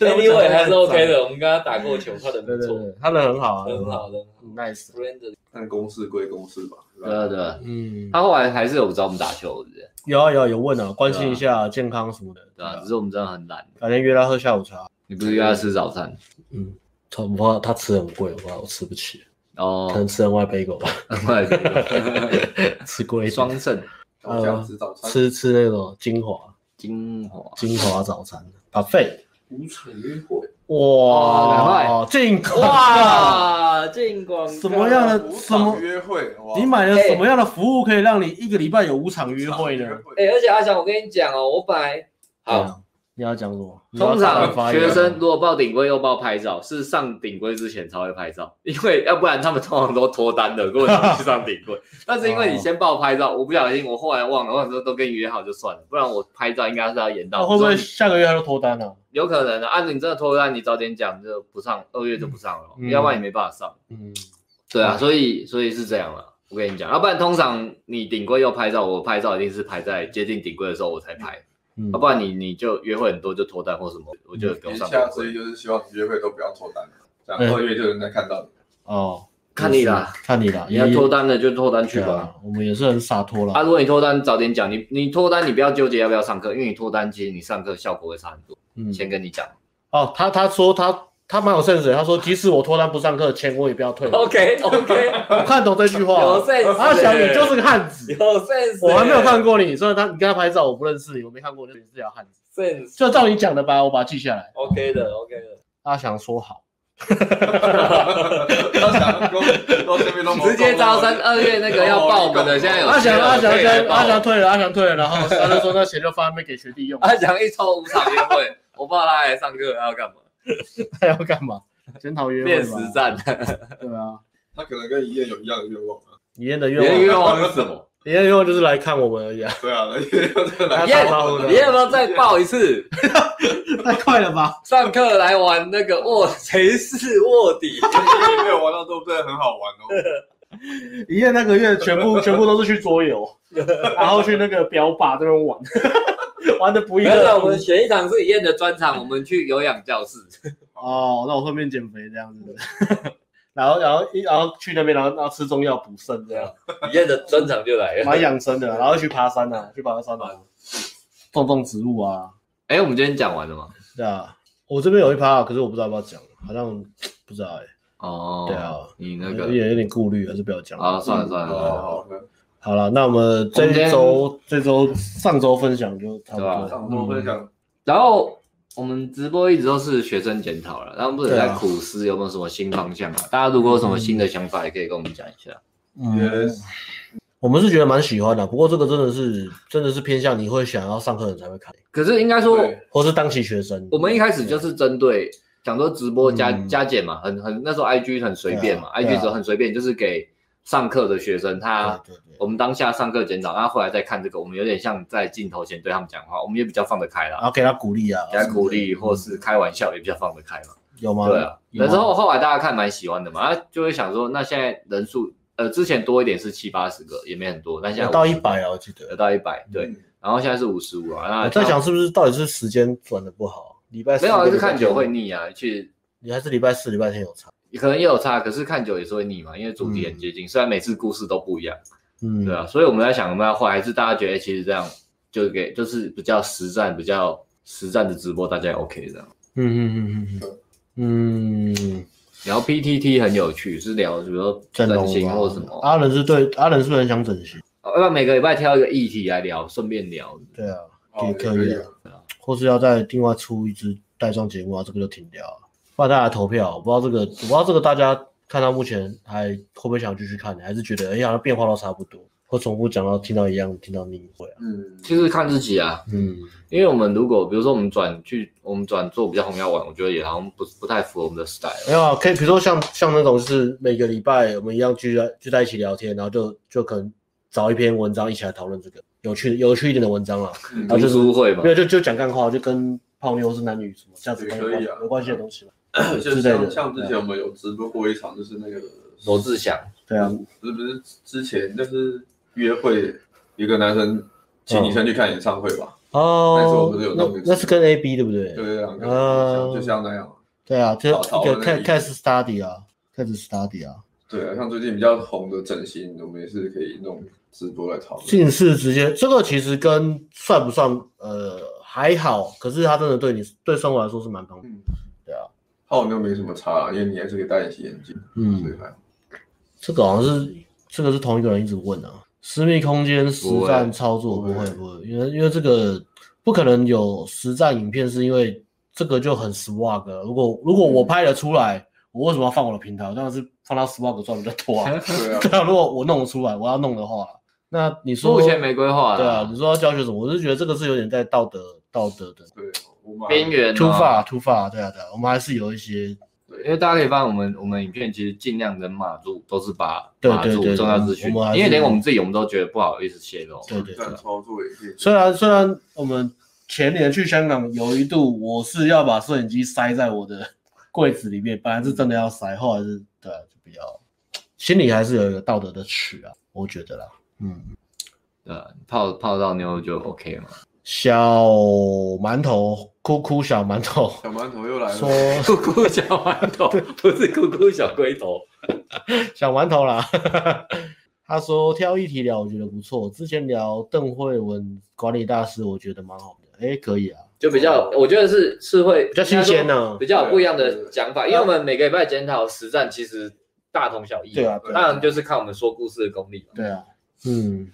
Anyway 还是 OK 的，我们跟他打过球，他人
对
不
对
错，
对，他人很好啊，
很好的
很，nice。
，friend。
但公事归公事吧，对
对啊对啊，
嗯，
他后来还是有找我们打球，是不是？
有啊有啊有问啊，关心一下健康什么的，
对啊，只是我们真的很懒。
改天约他喝下午茶。
你不是约他吃早餐？
嗯，他不怕他吃很贵，我怕我吃不起，可
哦
能，吃 N Y 杯狗 吧，吃贵一点，
双胜
高价值早餐，
吃吃那种精华
精华
精华早餐，把费
无耻约会，
哦赶
哇，
快
进口
哇，进广告
什么样的
无
什么
场约会？哇
你买了什么样的服务可以让你一个礼拜有五场约会呢？
哎、而且阿翔，我跟你讲哦，我本来
对
好，
啊，你要讲什啊么？
通
你要发
常
言
学生如果报顶规又报拍照，是上顶规之前才会拍照，因为要不然他们通常都脱单的，如果你去上顶规。但是因
哦
为你先报拍照，我不小心，我后来忘了，我想说都跟你约好就算了，不然我拍照应该是要延
那
到。
会不
我
会
说你
下个月他就脱单了？
有可能的、啊？按、你真的脱单，你早点讲就不上，二月就不上了，
嗯
要不然也没办法上。
嗯，
对啊，
嗯
所以所以是这样了。我跟你讲，要不然通常你顶规要拍照，我拍照一定是排在接近顶规的时候我才拍，啊
嗯
要不然你你就约会很多就脱单或什么，我就不用
言
上
下
顶
之
规。
意就是希望你约会都不要脱单，这样
嗯
二月就能再看到你。
哦，
看你啦，
看你啦，
你要
也
脱单的就脱单去
对
吧。
啊我们也是很洒脱
啊，
啦。
如果你脱单，早点讲，你你脱单，你不要纠结要不要上课，因为你脱单，其实你上课效果会差很多。
嗯，
先跟你讲
哦，他他说他他蛮有 sense，的他说即使我脱单不上课，钱我也不要退。我
OK OK，
看懂这句话，
sense，欸
他想你就是个汉子。
有 sense，
我还没有看过你，虽然他你跟他拍照我不认识你，我没看过你，你是条汉子。
sense，OK
就照你讲的吧，我把它记下来。
的 OK 的，
阿翔说好，
他想跟我这边都没有
直接招生，二月那个要报我们的，现在有
阿翔阿翔
可以来
跟
报
阿翔退了，阿翔退了，然后他就说那钱就放在那边给学弟用，
阿翔一抽五场约会，我不知道他来上课要干嘛，
他 要干嘛？检讨约
练
会
实
嘛？
战，
对啊，
他可能跟一燕有一样的愿望啊。
李燕的
你
愿
的
望，
愿望是什么？
李燕的愿望就是来看我们而已啊，
对啊，一燕就是
他
来
打招呼
你要
的，
不要再报一次？
太快了吧？
上课来玩那个卧，谁是卧底？
一燕没有玩到，对不对？很好玩哦。
李燕那个月全部全部都是去桌游，然后去那个表靶这边玩， 玩的不亦
没有，
乐
我
乎
们。选一场是李燕的专场，我们去有氧教室。
哦，那我顺便减肥这样子， 然后然后一然后去那边，然后然后吃中药补肾这样。
李燕的专场就来了。
蛮养生的，然后去爬山啊，去爬山啊，种种植物啊，
哎，我们今天讲完了吗？
对啊。我这边有一趴、啊可是我不知道要不要讲，好像不知道哎、
哦，
对啊，嗯
你那
有
个
点有点顾虑，还是不要讲。
啊，算了算了算了，
哦好，好
好了，那我们这
我们今
一
天
周这周上周分享就差不多
对
了。
啊
上周分享
然后我们直播一直都是学生检讨了，他们不能
对
在
啊
苦思有没有什么新方向啊？大家如果有什么新的想法，也可以跟我们讲一下。
嗯，
，yes，
我们是觉得蛮喜欢的，不过这个真的是真的是偏向你会想要上课的人才会看，
可是应该说，
对，
或是当起学生。
我们一开始就是针对想说直播加、
嗯
加减嘛，很很那时候 IG 很随便嘛、i
对啊
g 只很随便，就是给上课的学生他。
对对对，
我们当下上课检讨，然后后来再看这个，我们有点像在镜头前对他们讲话，我们也比较放得开
然
啦，
后给他鼓励啊，
给他鼓励或是开玩笑也比较放得开嘛。
有吗？
对啊，
有
那
吗
之后后来大家看蛮喜欢的嘛，啊就会想说，那现在人数呃之前多一点是七八十个，也没很多，但现在
有到
50
一百啊，我记得
有。到一百，对，
嗯，
然后现在是五十五啊，那
我在想是不是到底是时间转的不好，礼拜四
没有啊
跟
是
礼拜
看久
天
会腻啊，去
你还是礼拜四、礼拜天有差。
可能也有差，可是看久也是会腻嘛，因为主题很接近，虽然每次故事都不一样，
嗯
对啊，，所以我们在想，我们要换，还是大家觉得其实这样就给就是比较实战、比较实战的直播，大家也 OK 这样。
嗯嗯嗯嗯嗯，
聊 PTT 很有趣，是聊比如说
整容
整
吧
形或什么，
阿仁是对，阿仁是不是很想整形？
哦那、每个礼拜挑一个议题来聊，顺便聊。
对啊，
好
也可以啊
啊，
或是要再另外出一支带状节目啊，这个就停掉了，不然大家来投票。我不知道这个，我不知道这个大家看到目前还会不会想继续看，还是觉得哎呀，好像变化都差不多，或重复讲到听到一样，听到腻会啊。
嗯，
其实看自己啊，
嗯，
因为我们如果比如说我们转去，我们转做比较红药丸，我觉得也好像不不太符合我们的 style。
没有啊，可以比如说像像那种，就是每个礼拜我们一样聚在聚在一起聊天，然后就就可能找一篇文章一起来讨论这个有趣有趣一点的文 章啊。
嗯
啊
读
就是
书会嘛
没，有，就就讲干话，就跟泡妞是男女什么价值观
也可以啊
有关系的东西嘛。
就
之类的啊
像像之前我们有直播过一场，就是那个
罗志祥，
对啊，
不是不是之前就是约会，一个男生
嗯
请女生去看演唱会吧，那时候
哦
不是有，
那
弄一个
那是跟 A B 对不对？
就是这样，
嗯
就像那样。
对啊，就
讨
一
论
个
的意
case
义
case study 啊，case study 啊，
对啊，像最近比较红的整形，我们也是可以弄直播来讨论。
近视直接这个其实跟算不算呃还好，可是它真的对你对生活来说是蛮方便。
嗯，
对啊，
泡妞没什么差啦，因为你还是可以戴隐形眼镜，所以
嗯，
还好。
这个好像是这个是同一个人一直问啊，私密空间实
不会
战操作
不
不会
会
不会，因为因为这个不可能有实战影片，是因为这个就很 swag 了。如果如果我
嗯
拍得出来，我为什么要放我的平台？我当然是放到 swag 赚比较多啊。
对 啊，
对啊，如果我弄得出来，我要弄的话，那你说
目前没规划
对
啦
啊，你说要教学什么？我是觉得这个是有点在道德道德
啊
的
对，我买
边缘
突发
啊，
突发，对啊对啊，我们还是有一些
因为大家可以发现我们我们影片其实尽量能码住，都是把
对
码
对
住
对
重要资讯，
我们还是
因为连我们自己我们都觉得不好意思泄露。
对对对
站。操作也可以。
虽然虽然我们前年去香港有一度，我是要把摄影机塞在我的 柜子里面，本来是真的要塞，后来是对啊，就比较心里还是有一个道德的尺啊，我觉得啦，嗯，
呃 对啊，泡泡到妞就 OK 嘛。
小馒头，哭哭小馒 头
小馒头又来
说
了，
酷酷小馒头不是酷酷小龟头，
小馒头啦， 他说挑一题聊，我觉得不错。之前聊邓慧文管理大师，我觉得蛮好的，哎，可以啊，
就比较我觉得是是会比
比较新鲜啊呢、
比较有不一样的讲法，因为我们每个礼拜检讨实战其实大同小异嘛，
对啊对啊
当然就是看我们说故事的功力嘛。
对啊，嗯，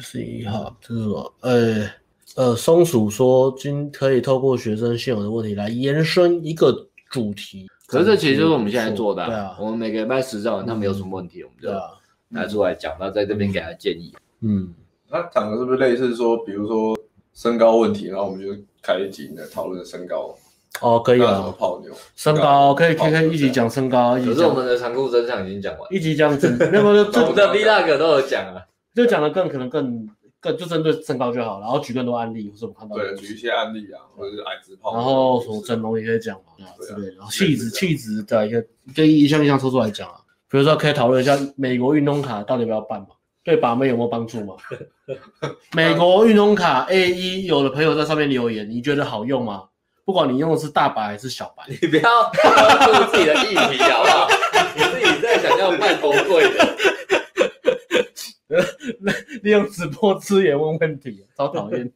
十一号这是什么？呃呃，松鼠说今可以透过学生现有的问题来延伸一个主题，
可是这其实就是我们现在做的、
对啊，嗯
我们每个礼拜实战完，他们有什么问题，我们就
对啊，
拿出来讲，然后在这边给他建议。
嗯，
他讲的是不是类似说，比如说身高问题，然后我们就开一集来讨论身高，
哦，可以
那怎么
啊，
泡妞？
身高可以可以可
哦
以一起讲身高，一
啊可
起
是我
讲
们的残酷真相已经讲完了，
一起这样子，那么就
我
就
们的 vlog 都有讲啊，
就讲的更可能更更就针对身高就好，然后举更多案例或者我们看到的
对，
东西
举一些案例啊，或者是矮子泡妞，
然后什么整容也可以讲嘛，对啊
对
之
啊
类的。然后
对
气质气质的一个就一项一项抽出来讲啊，比如说可以讨论一下美国运动卡到底要不要办嘛，对把妹有没有帮 助嘛？美国运动卡 A 一，有的朋友在上面留言，你觉得好用吗？不管你用的是大白还是小白，
你不要关注自己的议题好不好？ 你自己在想要卖崩溃 的，
利用直播资源问问题，超讨 厌。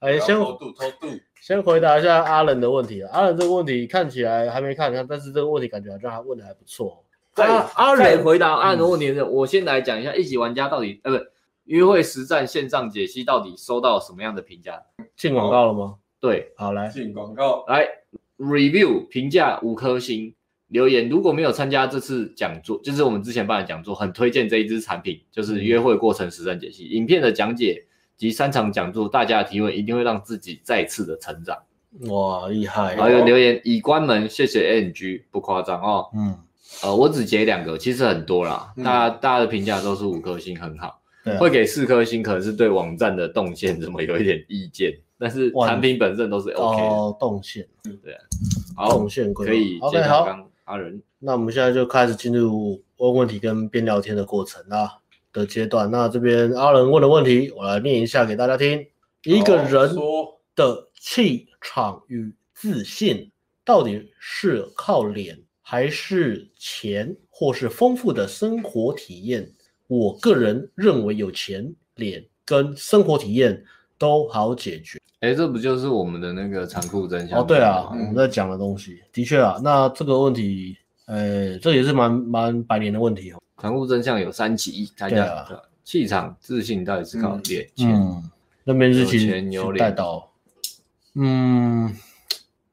哎，
然
先
后偷渡偷渡，
先回答一下阿冷的问题啊。阿冷这个问题看起来还没看看，但是这个问题感觉好像还问的还不错。
再
阿阿
再
冷
回答啊按的问题是，我先来讲一下一级玩家到底呃不约会实战线上解析到底收到什么样的评价？
进广告了吗？
对，
好来，
进广告，
来 review 评价五颗星。留言如果没有参加这次讲座，就是我们之前办的讲座，很推荐这一支产品，就是约会过程实战解析。影片的讲解及三场讲座，大家的提问一定会让自己再次的成长。
哇，厉害
然！后有留言已关门，谢谢 NG，不夸张哦。
嗯，
呃，我只截两个，其实很多啦，
嗯
大家大家的评价都是五颗星，很好。
对啊
会给四颗星，可能是对网站的动线怎么有一点意见，但是
哇
产品本身都是 OK 的。
哦，动线，
好
动，线规划
可以接
OK，
到
好，
刚阿仁。
那我们现在就开始进入问问题跟边聊天的过程啦的阶段。那这边阿仁问的问题，我来念一下给大家听：一个人
说
的气场与自信，到底是靠脸，还是钱，或是丰富的生活体验？我个人认为，有钱、脸跟生活体验都好解决。
哎，这不就是我们的那个残酷真相？
哦，对啊，我
嗯
们在讲的东西，的确啊，那这个问题，呃，这也是蛮蛮百年的问题哦。
残酷真相有三集，大
对
家
啊
对气场、自信到底是靠
嗯
脸钱？
嗯，那边是
有
其实
钱有
去
脸
带到，嗯，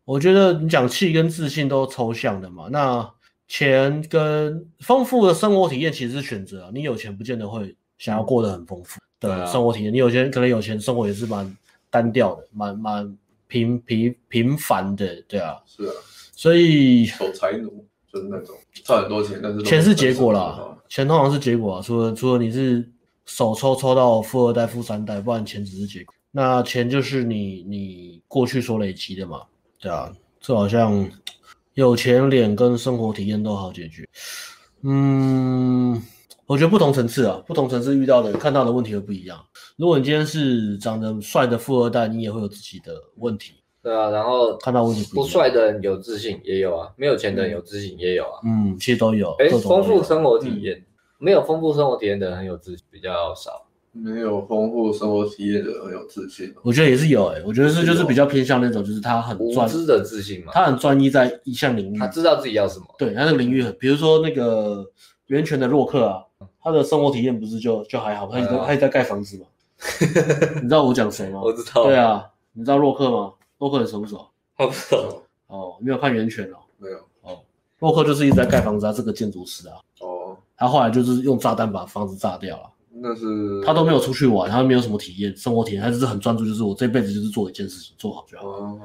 我觉得你讲气跟自信都抽象的嘛，那钱跟丰富的生活体验其实是选择、啊，你有钱不见得会想要过得很丰富
对啊
的生活体验，你有钱可能有钱生活也是蛮单调的，蛮蛮平平平凡的，对啊，
是啊，
所以
守财奴就是那种赚很多钱，但是都
钱是结果
不知道
啦，钱通常是结果啊。除了除了你是手抽抽到富二代、富三代，不然钱只是结果。那钱就是你你过去所累积的嘛，对啊，这好像有钱、脸跟生活体验都好解决。嗯，我觉得不同层次啊，不同层次遇到的、看到的问题会不一样。如果你今天是长得帅的富二代，你也会有自己的问题，
对啊，然后
看到问题不一
不
样
帅的人有自信也有啊，没有钱的人有自信也有啊。
嗯，其实都有。
哎，
各种都嗯
丰富
有
生活体验，没有丰富生活体验的人有自信比较少。
没有丰富生活体验的人很有自信哦，
我觉得也是有诶、欸我觉得是就是
有
比较偏向那种，就是他很
无
专，
知的自信嘛，
他很专一在一项领域
他，知道自己要什么。
对他那个领域很，比如说那个源泉的洛克啊，
嗯
他的生活体验不是就就还好，他一直在、
对啊
他一直在盖房子 嘛，你知道我讲谁吗？
我知道，
对，啊，你知道洛克吗？洛克很熟不熟？
我不知道。
哦，没有看源泉哦，
没有
洛克就是一直在盖房子啊，这个建筑师啊，
哦，
他后来就是用炸弹把房子炸掉了，
那是
他都没有出去玩，他没有什么体验，生活体验，他就是很专注，就是我这辈子就是做一件事情做好就好。
哦，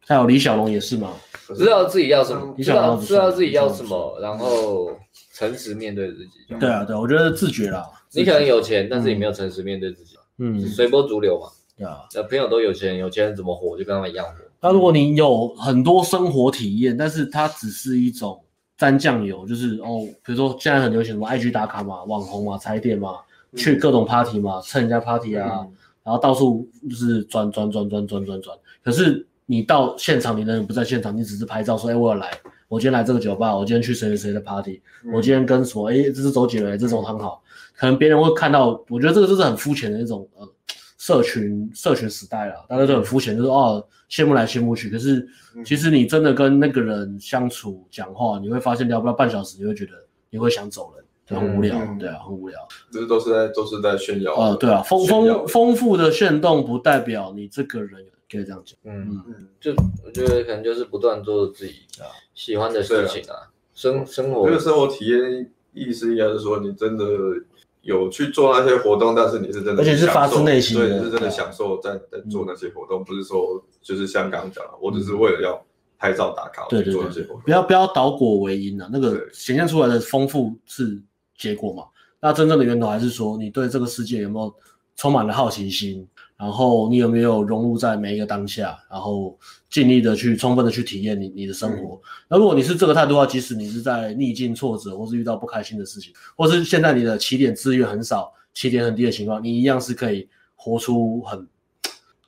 还有李小龙也是嘛，
可是
知道自己要什么，
嗯你
知
想
道
要什么
知道自己要什么，然后诚实面对自己。
对啊，对啊，我觉得自觉啦。
你可能有钱，但是你没有诚实面对自己，
嗯，
随波逐流嘛。
对啊。
呃，朋友都有钱，有钱人怎么活就跟他们一样活。
那如果你有很多生活体验，但是它只是一种沾酱油，就是哦，比如说现在很嗯流行什么 IG 打卡嘛、网红嘛、踩点嘛，去各种 party 嘛，蹭人家 party 啊，
嗯
然后到处就是转转转转转转转，可是你到现场，你人不在现场，你只是拍照说，哎，我有来，我今天来这个酒吧，我今天去谁谁谁的 party，我今天跟什么，哎，这是周杰伦，这是很好，可能别人会看到，我觉得这个就是很肤浅的一种呃社群社群时代了，大家都很肤浅，就是哦羡慕来羡慕去，可是
嗯
其实你真的跟那个人相处讲话，你会发现聊不到半小时，你会觉得你会想走人，就很无聊，
嗯嗯
对啊，很无聊。
这都是在都是在炫耀。
呃，对啊，丰
炫耀
丰丰富的炫动不代表你这个人可以这样讲。
嗯，
嗯，
就我觉得可能就是不断做自己
啊
喜欢的事情啊，生生活
这个生活体验意思应该是说，你真的有去做那些活动，但是你是真的
而且是
享受，
发自内心的
对，你是
对
真的
啊
享受在在做那些活动，不是说就是像刚刚讲的，我只是为了要拍照打卡
嗯对
去
对
做那些
对
活动，，
不要不要倒果为因啊，那个
对
显现出来的丰富是结果嘛。那真正的源头还是说，你对这个世界有没有充满了好奇心，然后你有没有融入在每一个当下，然后尽力的去充分的去体验你你的生活。那如果你是这个态度的话，即使你是在逆境、挫折，或是遇到不开心的事情，或是现在你的起点资源很少、起点很低的情况，你一样是可以活出很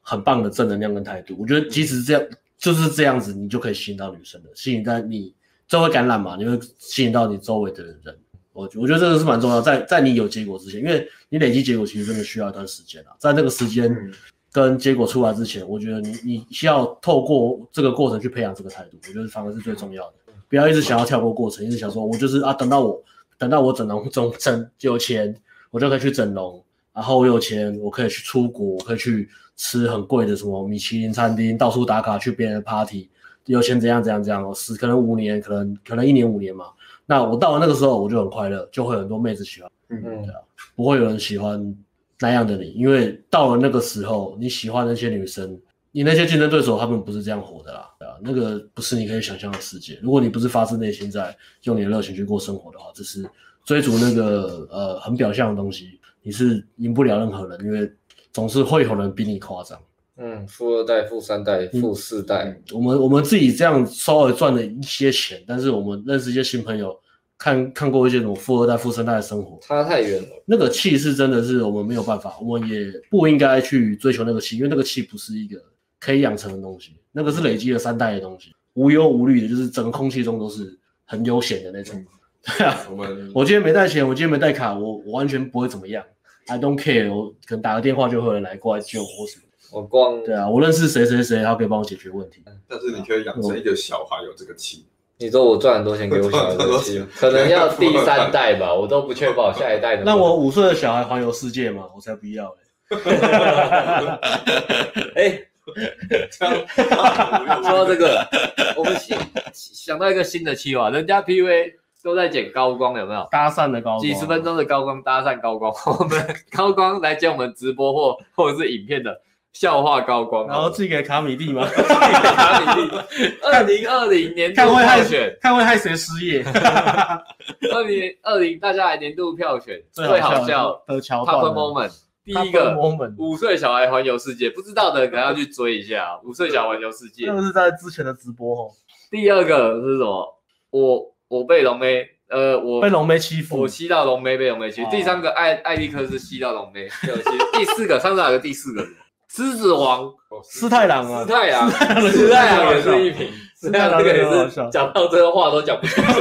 很棒的正能量跟态度。我觉得即使这样，就是这样子，你就可以吸引到女生的，吸引在你周围感染嘛，你会吸引到你周围的人。我我觉得这个是蛮重要，在在你有结果之前，因为你累积结果其实真的需要一段时间啊，在那个时间
嗯
跟结果出来之前，我觉得你你需要透过这个过程去培养这个态度，我觉得反而是最重要的。不要一直想要跳过过程，一直想说我就是啊，等到我等到我整容整整有钱，我就可以去整容，然后我有钱，我可以去出国，我可以去吃很贵的什么米其林餐厅，到处打卡去别人的 party，有钱怎样怎样怎样，我十可能五年，可能可能一年五年嘛。那我到了那个时候，我就很快乐，就会有很多妹子喜欢。
嗯
不会有人喜欢那样的你，因为到了那个时候，你喜欢那些女生，你那些竞争对手他们不是这样活的啦，对啊，那个不是你可以想象的世界。如果你不是发自内心在用你的热情去过生活的话，这是追逐那个呃很表象的东西，你是赢不了任何人，因为总是会有人比你夸张。
嗯，富二代、富三代、
嗯
富四代，
我们我们自己这样稍微赚了一些钱，但是我们认识一些新朋友，看看过一些那种富二代、富三代的生活，
差太远了。
那个气是真的是我们没有办法，我们也不应该去追求那个气，因为那个气不是一个可以养成的东西，那个是累积了三代的东西，无忧无虑的，就是整个空气中都是很悠闲的那种。对啊，
我们
我今天没带钱，我今天没带卡，我我完全不会怎么样，I don't care，我可能打个电话就会有人来过来救我或什么的。
我逛，
对啊，我认识谁谁谁，他可以帮我解决问题。
但是你可以养成一个小孩有这个气，
你说我赚很多钱给我小孩子吃，可能要第三代吧，我都不确保下一代能不能。
那我五岁的小孩环游世界嘛，我才不要、欸。
哎，
这样说
说到这个， 我们新想到一个新的计划，人家 PUA 都在剪高光，有没有？
搭讪的高光
几十分钟的高光搭讪高光， 我们高光来接我们直播或或者是影片的笑话高光，
然后寄给卡米蒂吗？
二零二零年度
看会害
票选，
看会害谁失 业？
二零二零大家来年度票选最
最
好
好
笑
笑的桥
Pop
段。啊
Moment，第一
Pop
个
moment，
五岁小孩环游世界，不知道的
嗯
可能要去追一下五岁小孩环游世界
这。个是在之前的直播哦，
第二个是什么？我我被龙妹，呃，我
被龙妹欺负
我。吸到龙妹被龙妹去。
哦
第三个艾艾利克斯吸到龙妹被我吸。第四个上次还有个第四个狮子王
哦
斯太郎
斯
啊，
太阳，斯
斯
太
太
阳
郎
啊也是一瓶，斯
斯
太
太
阳
郎
这个也
真的好
是
笑
讲到最后话都讲不清楚。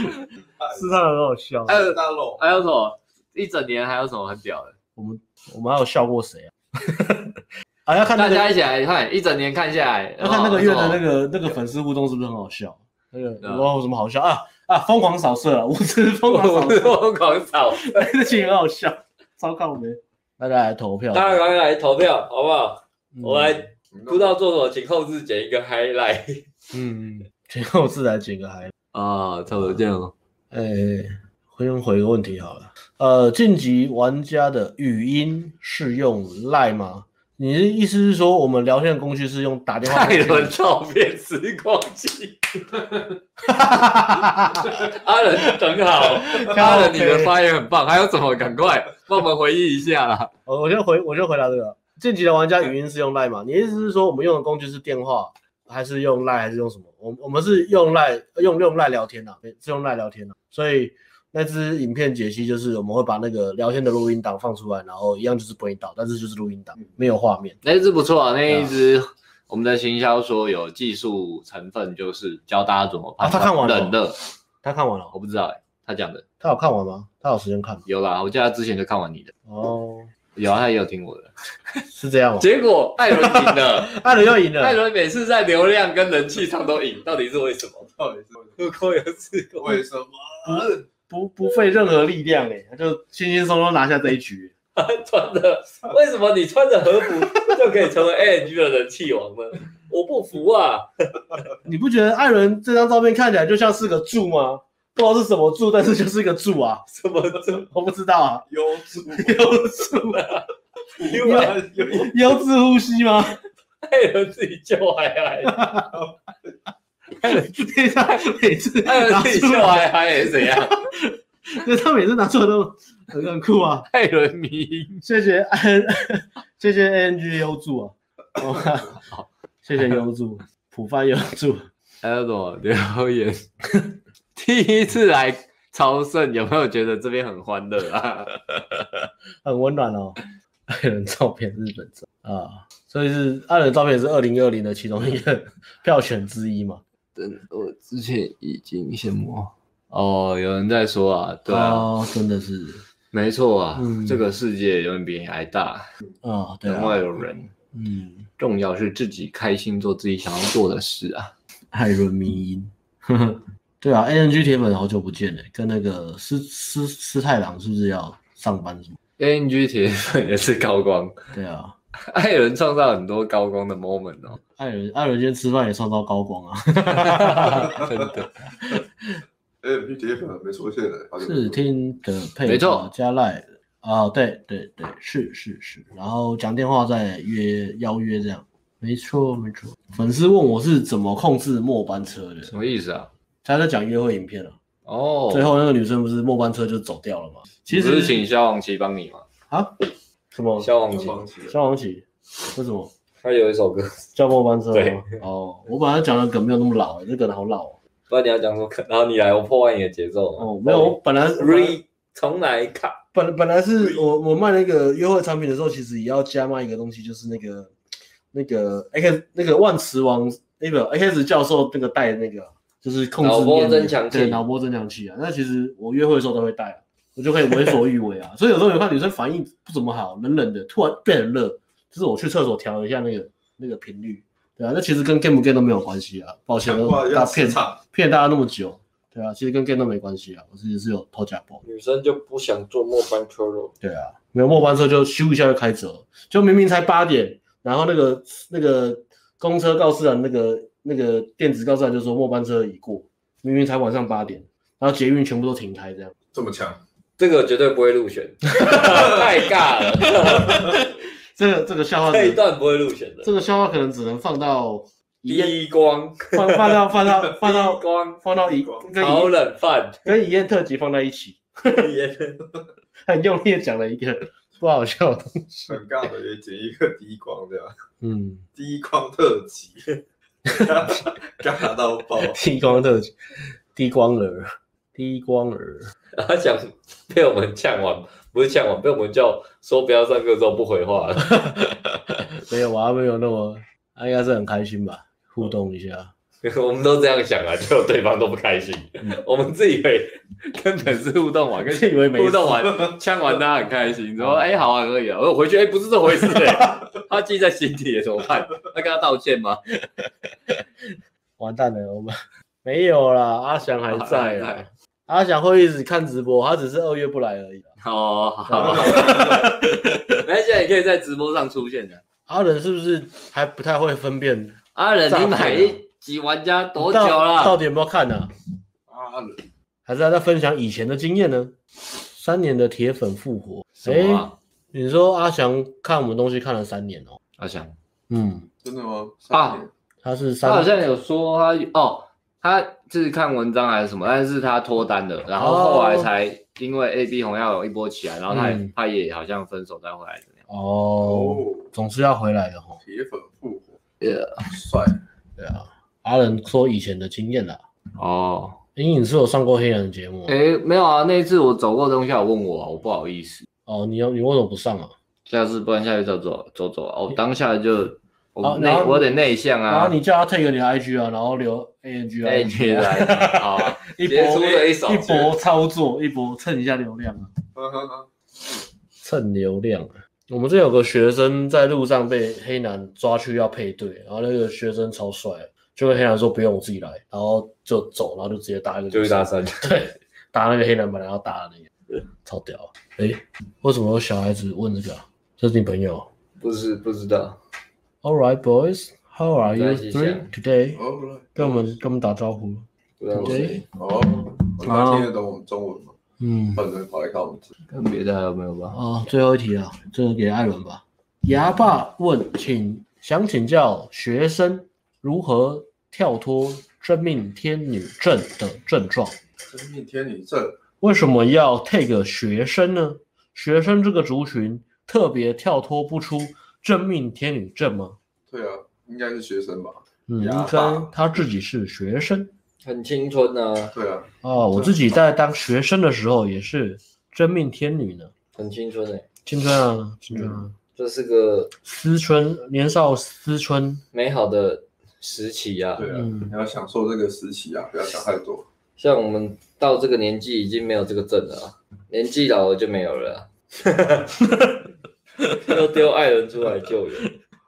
斯太郎很好笑。
还有
大肉，
还有什哎么？一整年还有什么很屌的？
我们还有笑过谁啊？ 啊，要 看那
大
个，
家一起来看，一整年看下来，哦
要看那个月的 那
个
个那个粉丝互动是不是很好笑？那个
对啊
哇，有什么好笑啊啊！疯狂扫射啊， 五只疯狂扫 射，
疯狂 扫，
那集很好笑， 超靠没。大家来投票，
大家赶快来投票，好不好？
嗯
我来不知道做什么，请后置剪一个 highlight。
嗯，最后是来剪个嗨。
啊，差不多这样 哦。
哎，回回个问题好了。呃，晋级玩家的语音是用 Line 吗？你的意思是说，我们聊天的工具是用打电话？
艾伦照片时光 机，阿仁很好，阿仁你的发言很棒，还有什么？赶快帮我们回忆一下啦。
哦我我就回我就回答这个，晋级的玩家语音是用 Line 吗？你的意思是说，我们用的工具是电话，还是用 Line，还是用什么？我我们是用 Line 用用 Line 聊天呐、啊，是用 Line 聊天呐、啊，所以。那支影片解析就是我们会把那个聊天的录音档放出来，然后一样就是不会导，但是就是录音档
嗯
没有画面。
那一只不错啊，那
对啊
一只我们的行销说有技术成分，就是教大家怎么
啊他看完了
冷热，
他看完了哦
我，不知道哎、他讲的
他有看完吗？他有时间看吗？
有啦，我记得他之前就看完你的，
哦，
有啊，他也有听我的。
是这样哦。
结 果艾伦赢了，
艾伦又赢
艾
了，
伦每次在流量跟人气上都赢，到底是为什么？
到底是
有空有自控
为什么？
不不费任何力量哎，他就轻轻松松拿下这一局。
穿的，为什么你穿着和服就可以成为 ANG 的人气王呢？ 我不服啊！
你不觉得艾伦这张照片看起来就像是个柱吗？不知道是什么柱，但是就是一个柱啊，
什么 这
我不知道啊，
优质
优柱，
因为
优优
优质呼吸 吗？
艾伦自己救海 海，
等一下，哎每次
艾
拿
伦自己
出
救
来，
海海也是怎样？
对他每次拿出来都很很酷啊。
艾伦迷，
谢谢安，谢谢 ANG 优助啊，哦谢谢优助，普番优助。
还有什么留言？ 第一次来朝圣，有没有觉得这边很欢乐啊？
很温暖哦。爱人照片，日本照啊，所以是爱人照片也是二零二零的其中一个 票选之一嘛。
等我之前已经羡慕哦，有人在说啊，对啊，
哦，真的是
没错啊，
嗯
这个世界永远比你还大，
啊，对
人
啊
外，有人。
嗯，
重要是自己开心，做自己想要做的事啊。
爱人迷音， 对啊，ANG 铁粉好久不见了，跟那个师师师太郎是不是要上班什么？
ANG 铁粉也是高光，
对啊，
爱人创造很多高光的 moment 哦，
爱人爱人今天吃饭也上到高光啊，
真的。
哎，P 铁粉没出现呢，好久没
是
出现
听的配
没错
加赖的啊，对对对，是是是，然后讲电话再约邀约这样，没错没错。粉丝问我是怎么控制末班车的，
什么意思啊？
他在讲约会影片啊，
哦，
最后那个女生不是末班车就走掉了吗？其
不
实
是请消亡期帮你吗？
啊什么
消亡期，
忘记了
消防旗为什么
他有一首歌，
叫末班车吗？
对
哦，我本来讲的梗没有那么老、欸，这梗好老哦、
不然你要讲什么？然啊后你来，我破坏你的节奏嘛。
哦，没有，我本来
，re 重来卡。
本本来是我我卖那个优惠产品的时候，其实也要加卖一个东西，就是那个那个 X 那个万磁王那个 X 教授那个带的那个，就是控制
脑波
念力
增强器
对脑波增强器啊。那其实我约会的时候都会带、啊，我就可以为所欲为啊。 所以有时候有看女生反应不怎么好，冷冷的，突然变得热，就是我去厕所调一下那个那个频率，对啊，那其实跟 game 不 game 都没有关系啊。抱歉，
讲话
大
要
家骗
市场
骗大家那么久，对啊，其实跟 game 都没关系啊。我自己是有偷假包。
女生就不想坐末班车了。
对啊，没有末班车就咻一下就开走了，就明明才八点，然后那个那个公车告示栏那个那个电子告示栏就说末班车已过，明明才晚上八点，然后捷运全部都停开这样。
这么强，
这个绝对不会入 选，太尬了，
这个这个笑话只
这一段不会入选的。
这个笑话可能只能放到一夜
低 光，
放放到放 到放到
低光，
放到一跟
好
一
冷 饭，
跟一宴特辑放在一起，很用力的讲了一个不好笑的。
很尬的，也剪一个 低光这样，
嗯，
低光特辑，尬尬到爆，
低光特辑，低光儿，低光儿。
然后讲被我们呛完，不是呛完，被我们叫说不要上课之后不回话 了。
没有啊吧，没有那么，啊他应该是很开心吧，互动一下。
我们都这样想啊，结果对方都不开心。
嗯
我们自以为跟粉丝互动 完，跟
自以为没事嗯
互动完呛完他很开心，说哎、好啊可以啊，我回去哎、不是这回事哎、 他记在心底怎么办？他跟他道歉吗？
完蛋了，我们没有啦，阿翔还在
还
啊
在，
阿翔会一直看直播，他只是二月不来而已啦。啊
哦， 好 好，好那现在也可以在直播上出现的。
阿仁是不是还不太会分辨
阿仁，
诈
你
骗
买一集玩家多久
到
了
到？底有没有看呢、啊？
啊，
还是他在分享以前的经验呢？三年的铁粉复活，
什
哎、
么啊？
你说阿翔看我们东西看了三年哦、
阿翔，
嗯，
真的吗？
啊
三年
他是
他好
三，
像有说他哦，他是看文章还是什么，但是他脱单了，然后后来才因为 A B 红药有一波起来，然后他也、
嗯
他也好像分手再回来怎么样？
哦，
哦，
总是要回来的哦。
铁粉复活，
Yeah
帅，
对啊，阿仁说以前的经验啦。
哦，
隐隐是有上过黑人节目
诶、没有啊，那一次我走过中校问我啊，我不好意思，
哦，你要你为什么不上啊？
下次不然下去走走走走啊，我当下就我
好
内
然后
我有点内向
然后
啊，
你叫他 take 你的 IG 啊，然后留 ANG 啊，
哎，你来 啊，好
一
杰出
波
的一手
一波操作，一波蹭一下流量啊，蹭流量啊。我们这有个学生在路上被黑男抓去要配对，然后那个学生超帅，就跟黑男说不用我自己来，然后就走，然后就直接打那个女生
就一大三，
对， 打那个黑人本来要打的那个，超屌。哎、为什么有小孩子问这个、啊？这是你朋友
不是不知道，
？All right, boys, how are you
在一起
three
想
today？
哦，
跟我们跟我们打招呼。
不知道
对
谁。
哦，他听得懂我们中文吗？
嗯，
本人跑来看我们，
看别的还有没有吧？
哦，最后一题了，这个给艾伦吧。牙爸问，请想请教学生如何跳脱真命天女症的症状？
真命天女症，
为什么要 take 学生呢？学生这个族群特别跳脱不出真命天女症吗？
对啊，应该是学生吧？
嗯，
牙
应
吧
该他自己是学生
很青春啊，
对啊，
啊。我自己在当学生的时候也是真命天女呢，
很青春哎、
青春啊，青春啊，
这是个
思春，年少思春，
美好的时期啊。
对啊，
嗯
你要享受这个时期啊，不要想太多。
像我们到这个年纪已经没有这个症了啊，年纪老了就没有 了啊、又丢爱人出来救援。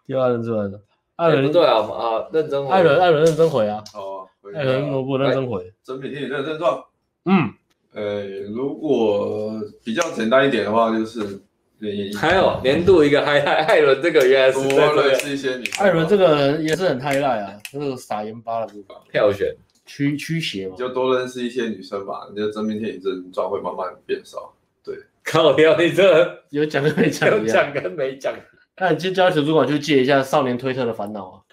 第二人出来的。艾
哎
艾人、
伦
不，对啊，啊，认真回。
艾伦，艾伦认真回啊，
哦，可以
艾伦
啊
罗伯认真回。
真命天女症症状。
嗯，
呃，如果比较简单一点的话，就是你
还有年度一个嗨嗨艾伦这个原来是
多
在这
认
个
识一些女生吧，
艾伦这个人也是很 high 赖啊，这个撒盐巴的部分，
票选，
驱驱邪嘛
你。就多认识一些女生吧，你的真命天女症状会慢慢变少。
靠掉你这
有讲跟没讲
有
一样。
讲跟没讲，
那你去教小主管去借一下《少年推特的烦 恼》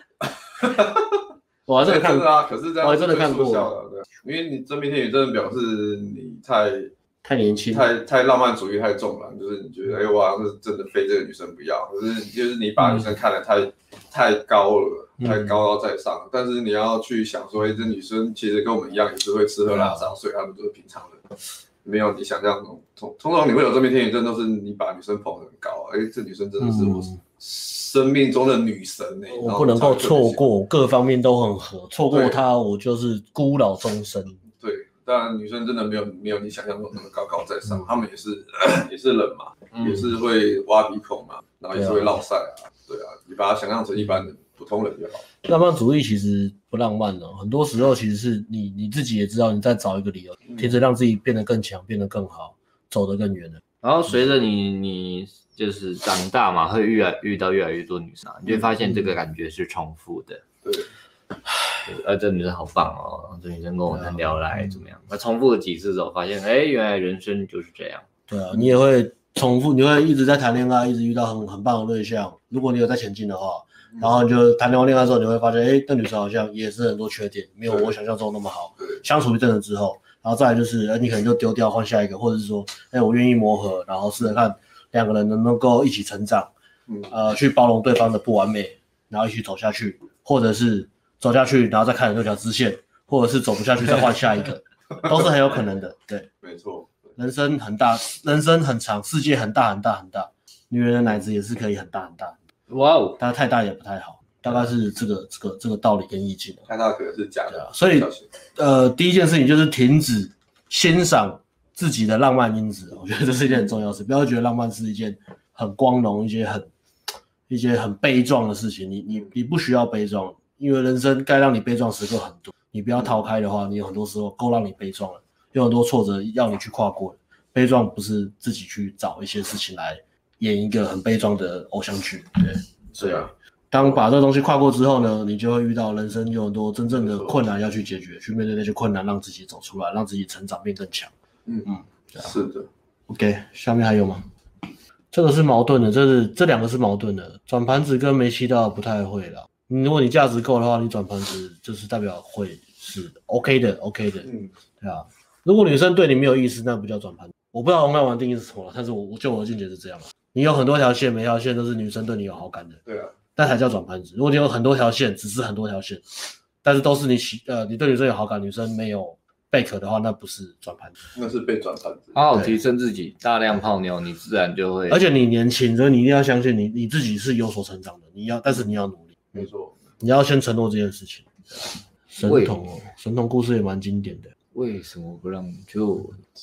啊。我哦还真的看
真的
过，
啊，可是这样
我还真的看过
最速效了，对啊因为你真命天女症表示你太
太年轻。
太太浪漫主义太重了，就是你
嗯
觉得哎，我好像是真的非这个女生不要，可是就是你把女生看得太、太高了，
嗯
太高高在上。但是你要去想说，哎，这女生其实跟我们一样，也是会吃喝拉撒，所以她们就是平常人，没有你想象中。通通常你会有这边天女症，都是你把女生捧得很高，哎，这女生真的是我
嗯
生命中的女神哎、然
我
后
不能够
才会
错
这么想。
过，各方面都很合，错过
对
他我就是孤老终生。
对，当然女生真的没有没有你想象中那么高高在上
嗯，
她们也是 也是人嘛。也是会挖鼻孔嘛，然后也是会落塞啊，对啊，你把它想象成一般的普通人就好。
浪漫主义其实不浪漫的、很多时候其实是你你自己也知道你在找一个理由，
嗯
停止让自己变得更强，变得更好，走得更远的。
然后随着你你就是长大嘛，会越来遇到越来越多女生啊，你就会发现这个
嗯
感觉是重复的。
对，
啊，这女生好棒哦，这女生跟我很聊
嗯
得来，怎么样？那重复了几次之后，发现哎，原来人生就是这样。
对啊，你也会重复，你会一直在谈恋爱，一直遇到很很棒的对象。如果你有在前进的话，
嗯
然后你就谈完恋爱之后，你会发现，哎，那女生好像也是很多缺点，没有
对
我想象中那么好
对。
相处一阵子之后，然后再来就是，哎，你可能就丢掉换下一个，或者是说，哎，我愿意磨合，然后试着看两个人能不能够一起成长，
嗯，
呃，去包容对方的不完美，然后一起走下去，或者是走下去，然后再看有没有条支线，或者是走不下去再换下一 个，都是很有可能的。对，
没错，
人生很大，人生很长，世界很大很大很大，女人的奶子也是可以很大很大。
哇哦，
但太大也不太好，大概是这个这个这个道理跟意境啊。
看它可能是假
对啊
的，
所以
小心
呃，第一件事情就是停止欣赏自己的浪漫因子， 我觉得这是一件很重要的事，不要觉得浪漫是一件很光荣、一些很一些很悲壮的事情。你你你不需要悲壮，因为人生该让你悲壮时刻很多。你不要逃开的话，你有很多时候够让你悲壮了，有很多挫折要你去跨过了。悲壮不是自己去找一些事情来演一个很悲壮的偶像剧，对，所以
对啊
当把这个东西跨过之后呢，你就会遇到人生有很多真正的
没错
困难要去解决，去面对那些困难，让自己走出来，让自己成长变更强。
嗯
嗯啊
是的，
OK，下面还有吗？这个是矛盾的，这是这两个是矛盾的，转盘子跟没吸到不太会啦。你如果你价值够的话，你转盘子就是代表会是 OK 的，OK 的，
嗯，
对啊。如果女生对你没有意思，那不叫转盘。我不知道红盖王定义是什么了，但是我我就我的见解是这样啊。你有很多条线，每条线都是女生对你有好感的，
对啊，
那才叫转盘子。如果你有很多条线，只是很多条线，但是都是你喜呃，你对女生有好感，女生没有贝壳的话，那不是转盘。
那是被转盘子。
好好提升自己，大量泡妞，你自然就会。
而且你年轻，所以你一定要相信你你自己是有所成长的。你要，但是你要努力，
没错，
你要先承诺这件事情。神
喂
童哦，神童故事也蛮经典的。
为什么不让就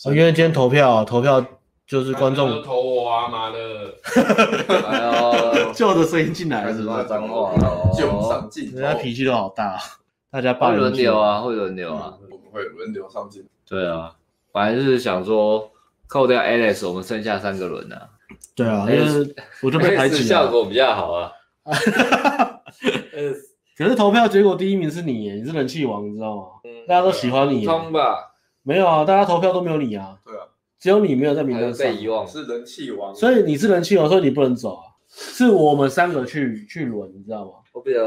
哦因为今天投票啊，投票就是观
大家 都
众
投我啊，妈的！
哎呦，
旧的声音进来
开
了，
始
是吧
骂脏话
就
了
上镜头，
人家脾气都好大，啊大家霸
会
凌
轮流啊，会轮流
嗯
啊。
我们会轮流上镜。
对啊，反正是想说扣掉 Alex，我们剩下三个轮啊。
是不是。对啊，因为我就被排 挤啊
效
了。
果比较好啊。
可是投票结果第一名是你耶，你是人气王，你知道吗？
嗯
大家都喜欢你耶。
冲吧，
没有啊，大家投票都没有你啊，
对啊，
只有你没有在名
还
单
是
上
被。遗忘。
是人气王，
所以你是人气王，所以你不能走啊。是我们三个去去轮，你知道吗？
我比较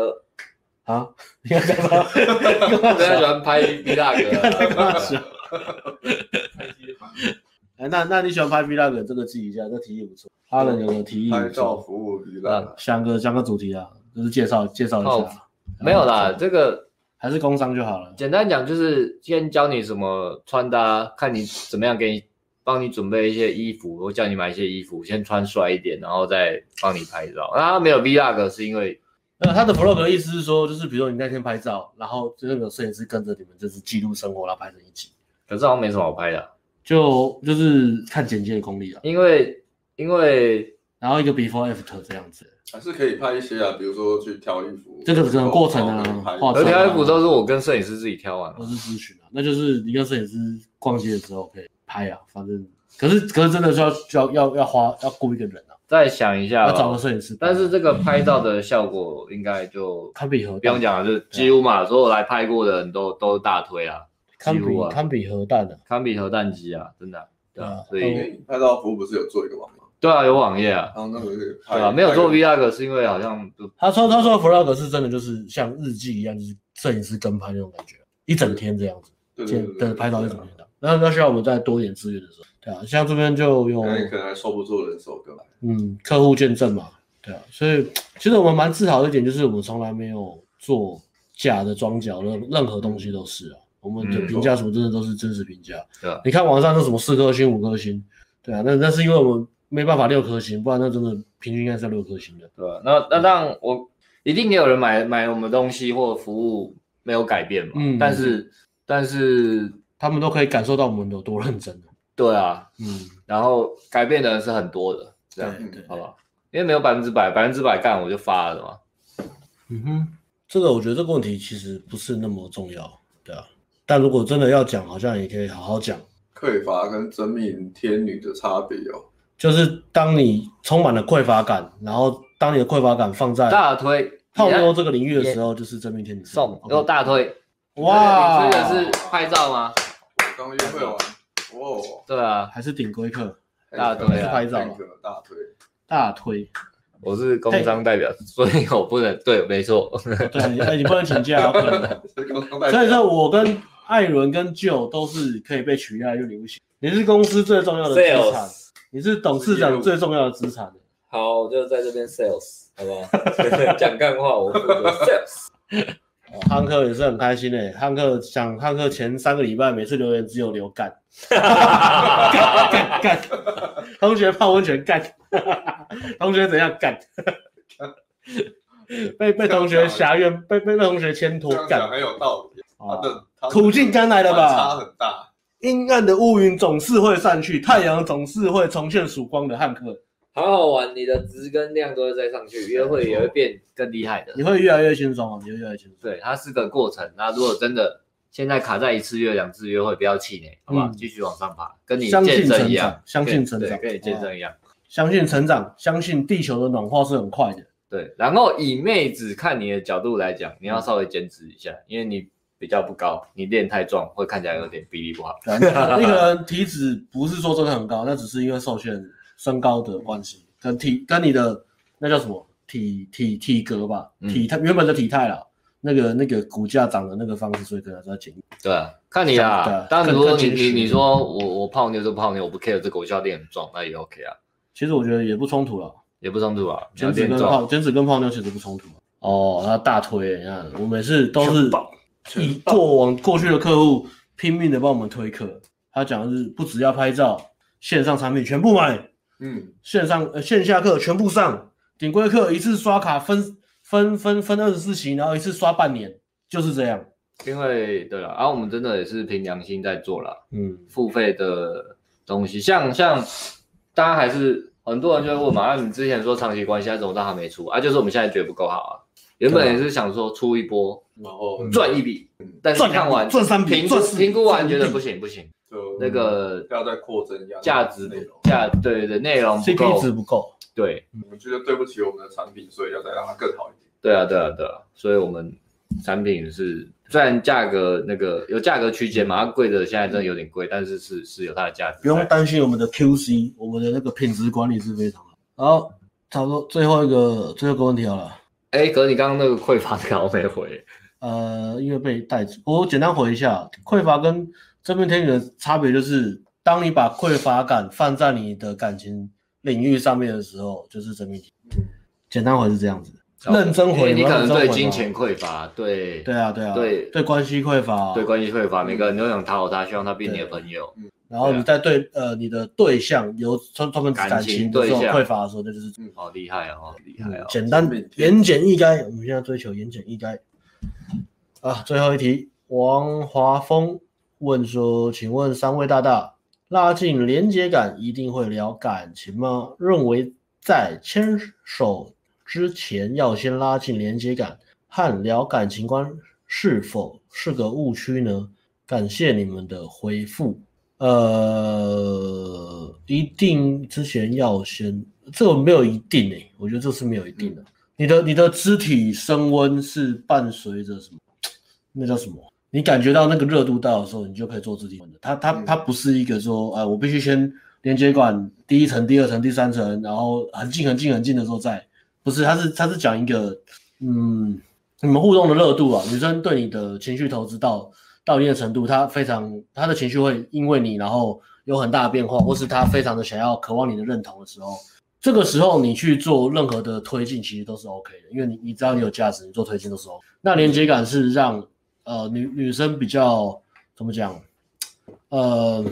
啊， 你要干嘛？
我比较喜欢拍 B 大哥
干嘛
啊，
想？哎，那那你喜欢拍 vlog 这个记一下，这提议不错。阿仁有个提议不
拍照
错，
服务比烂，
想个想个主题啊，就是介绍介绍一下， 啊
没有啦，这个
还是工商就好了。
简单讲就是先教你怎么穿搭，看你怎么样给你帮你准备一些衣服，我叫你买一些衣服，先穿帅一点，然后再帮你拍照。那他没有 Vlog 是因为
那他的 vlog 的意思是说，就是比如说你那天拍照，然后就那个摄影师跟着你们，就是记录生活，然后拍成一集，
可是好像没什么好拍的啊，
就就是看剪接的功力啊，
因为因为
然后一个 before after 这样子。
还是可以拍一些啊，比如说去挑衣服，
这个可能过程啊
然后拍
化
而
妆
且
啊
挑衣服都是我跟摄影师自己挑完
我
的，
是咨询啊，那就是你跟摄影师逛街的时候可以拍啊，反正可是可是真的是要要要要花要雇一个人啊，
再想一下
要找个
吧。
摄影师拍，啊
但是这个拍照的效果应该就
堪比核
不用
弹，
讲了，就是几乎嘛，所有来拍过的人都都大推啊，
堪
几
比
乎啊，
堪比核弹的、啊。
堪比核弹机啊，真的啊，对啊
啊，
所
因
以
为哎拍照服务不是有做一个网吗？
对啊，有网页啊，
然后那个是拍
对啊，没有做
拍
vlog 是因为好像就
他说他说 vlog 是真的就是像日记一样，就是摄影师跟拍那种感觉，一整天这样子，
对对
见
对
对拍到一整天的。那那需要我们再多一点资源的时候，对啊，像这边就有
那你可能还收不住人手跟来，
嗯客户见证嘛，对啊，所以其实我们蛮自豪的一点就是我们从来没有做假的装脚，任任何东西都是啊，我们的
嗯
评价什么真的都是真实评价。
对啊
你看网上那什么四颗星、五颗星，对啊，那那是因为我们没办法六颗星，不然那真的平均应该是要六颗星的。
对啊，那那让我一定也有人买买我们东西或服务没有改变嘛，
嗯
但是但是
他们都可以感受到我们有多认真了
对啊，
嗯，
然后改变的人是很多的，这
对
样
对对
好不好？因为没有百分之百，百分之百干我就发了嘛，
嗯哼，这个我觉得这个问题其实不是那么重要，对啊。但如果真的要讲，好像也可以好好讲，
匮乏跟真命天女的差别哦，
就是当你充满了匮乏感，然后当你的匮乏感放在
大推
泡妞
你看
这个领域的时候，就是真命天女是
送，
OK
给我大推，
哇
你推的是拍照吗？
我刚约会完，哦，
对啊，
还是顶规客
大推啊
是
拍照啊
大推，
大 推，
我是工商代表，所以我不能对，没错，
对，你哎，你不能请假，不能。
刚刚在
所以啊说我跟艾伦跟 Joe 都是可以被取代又流行。你是公司最重要的资产
sales。
你是董事长最重要的资产。
好，我就在这边 sales，好不好？ 讲干话，我负责 sales。
哦汉克也是很开心诶、汉克想汉克前三个礼拜每次留言只有留干，干干干， 同学泡温泉干， 同学怎样干，被被同学狭怨，被被被同学牵
这
拖
样讲
干，
很有道理，他
啊，
的他的
苦尽甘来了吧？
差很大，
阴暗的乌云总是会散去，太阳总是会重现曙光的汉克，
好好玩，你的值跟量都会再上去，约会也会变。
更厉害的
你。会越来越轻松哦，你会越来越轻松。
对，它是个过程。那如果真的现在卡在一次约、两次约会，不要气馁，好吧？
嗯
继续往上爬，跟你
相信
健身
成
一
长
样，，
相信成
对
长，哦
跟你健身一样。
相信成长，相信地球的暖化是很快的。
对，然后以妹子看你的角度来讲，你要稍微减脂一下，因为你比较不高，你练太壮会看起来有点比例不好。
对啊 那个人体脂不是说真的很高，那只是因为受限身高的关系，跟体跟你的那叫什么体体体格吧，
嗯
体态原本的体态啦，那个那个骨架长的那个方式，所以可能还是要减一点。
对啊，看你
对啊
啦。当然，如果
更
你
更精
你
实
你说我我泡妞就泡妞，我不 care 这个，我就要练很壮，那也 OK 啊，
其实我觉得也不冲突了。
也不冲突啊。你要
减脂
练
跟
壮，
泡减脂跟泡妞其实不冲突。啊哦，他大推，你看我每次都是以过往过去的客户拼命的帮我们推课。他讲的是不只要拍照，线上产品全部买，
嗯，
线上呃线下课全部上，顶规课一次刷卡分分分分二十四期，然后一次刷半年，就是这样。
因为对了，啊，我们真的也是凭良心在做啦，
嗯，
付费的东西，像像大家还是很多人就会问嘛，啊，你之前说长期关系，啊，怎么都还没出啊？就是我们现在觉得不够好啊，原本也是想说出一波
然后
赚一笔，但是
赚两
看完
笔赚三笔
评估
赚四笔
评估
赚
完
五
觉得
笔
不行不行，
就
那个
要再扩增一下
价值
内容。
价对对对内容不
CP
够
嗯值，不够，
对
我们觉得对不起我们的产品，所以要再让它更好一点。
对啊，对啊，对啊，所以我们产品是虽然价格那个有价格区间嘛，它啊贵的现在真的有点贵，但是是是有它的价值在。
嗯不用担心我们的 QC，我们的那个品质管理是非常好。然后差不多最后一个最后一个问题好了，
哎，可是你刚刚那个匮乏的稿没回，
呃，因为被带走，我简单回一下，匮乏跟真命天女的差别就是，当你把匮乏感放在你的感情领域上面的时候，就是真命天女。简单回是这样子， 认真
因为
回
你可能
认
对
真回
金
嘛
钱匮乏，对
对嗯啊，对啊，
对
对关系匮乏，
对关系匮乏，每个人都想讨好他，希望他变你的朋友。
然后你在对呃你的对象有专专门指
啊感
感
情
情的时候
对象
匮乏的时候，那就是
好厉害哦，好厉害哦！
简单
每天
言简意赅。我们现在追求言简意赅啊。最后一题，王华峰问说：“请问三位大大，拉近连接感一定会聊感情吗？认为在牵手之前要先拉近连接感，和聊感情观是否是个误区呢？”感谢你们的回复。呃，一定之前要先，这个没有一定诶、我觉得这是没有一定的。你的你的肢体升温是伴随着什么？那叫什么？你感觉到那个热度到的时候，你就可以做肢体温的。它它
嗯
它不是一个说，呃，我必须先连接管第一层、第二层、第三层，然后很近很近很近的时候再，不是，它是它是讲一个，嗯，你们互动的热度啊，女生对你的情绪投资到到一定的程度，她非常她的情绪会因为你然后有很大的变化，或是她非常的想要渴望你的认同的时候，这个时候你去做任何的推进，其实都是 OK 的，因为你你只要你有价值，你做推进都是 OK。那连接感是让呃女女生比较怎么讲，呃，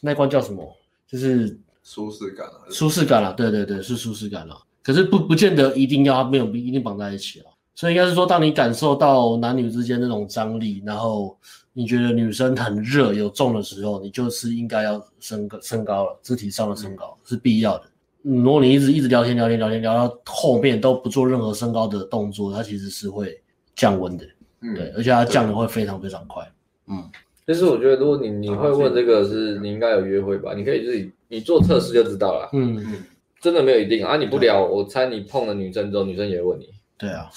那一关叫什么？就是
舒适感啊，
舒适感了、对对对，是舒适感了、可是不不见得一定要没有一定绑在一起了、所以应该是说，当你感受到男女之间那种张力，然后你觉得女生很热有重的时候，你就是应该要升高升高了，肢体上的升高、是必要的。嗯，如果你一直一直聊天聊天聊天聊到后面都不做任何升高的动作，它其实是会降温的，对
嗯，，
而且它降的会非常非常快。嗯，
其实我觉得，如果你你会问这个是，你应该有约会吧？你可以自己你做测试就知道了，
嗯，
嗯，
真的没有一定啊。你不聊，我猜你碰了女生之后，女生也会问你。
对啊，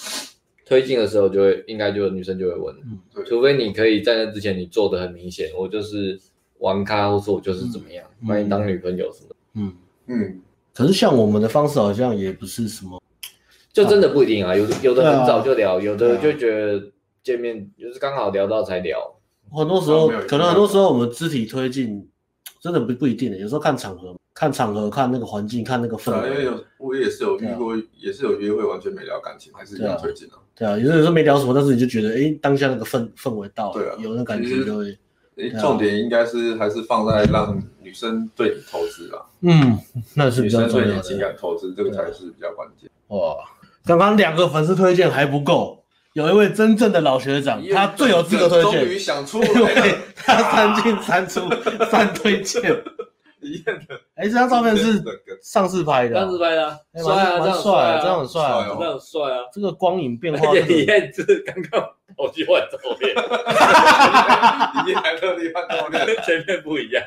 推进的时候就会，应该就女生就会问，
嗯
对
除非你可以在那之前你做的很明显，我就是玩咖，或者我就是怎么样，
嗯
把你当女朋友什么的，
嗯。
嗯，
可是像我们的方式好像也不是什么，
就真的不一定啊。有的有的
对啊
很早就聊，有
对
的
啊
就觉得见面就是刚好聊到才聊，
很多时候
哦没有一定
可能很多时候我们肢体推进真的不不一定的，有时候看场合，看场合，看那个环境，看那个氛
对啊，因为
围，
有我也是有遇过，也是有约会完全没聊感情，还是一样推进啊。
啊对啊，有时候有时候没聊什么，但是你就觉得，哎，当下那个氛氛围到
对
了
啊，
有那感
其
觉
实
就会，对
诶
啊
重点应该是还是放在让女生对你投资啊，
嗯，那是
女
比较
生
重
对
要
你情
的。
感投资，这个才是比较关键。
哇，刚刚两个粉丝推荐还不够，有一位真正的老学长，他最有资格推
终于
荐，
想出
因
来
为
了，
他三进三出 三推荐。
一样的
哎，这张照片是
这个
上次拍
这
的啊，
样子拍的啊，
哎
帅啊，
蛮蛮
这样
帅啊，这样
样
很帅
帅
啊
哦。
这样很帅啊。
这个光影变化
而
真的，
且李艳就是刚刚跑去换照 片，
一样的地方教练，
跟前面不一样，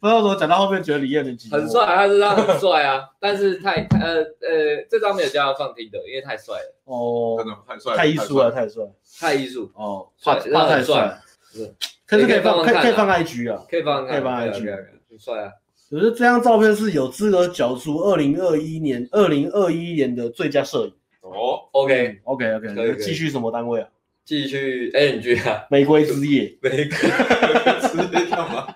不知道怎么讲到后面觉得李艳的
很帅，啊，他这张很帅啊，但是太太呃呃，这张没有叫他放听的，因为太帅了，
哦
真，的太帅，
太艺术了，，太帅
太艺术，
哦，
帅
画画太
那
帅
很是，
可是
你
可
可
以
以
放
放
可以
看啊
可以放 IG 啊。
可以放
可以
看，
放
可以
IG
可以可以很帅啊。
可是这张照片是有资格角逐二零二一年二零二一年的最佳摄影。
哦，
OK，
OK
可以
OK，
可以
继续什么单位啊？
继续 NG 啊，
玫瑰之夜
每个
直接干 嘛？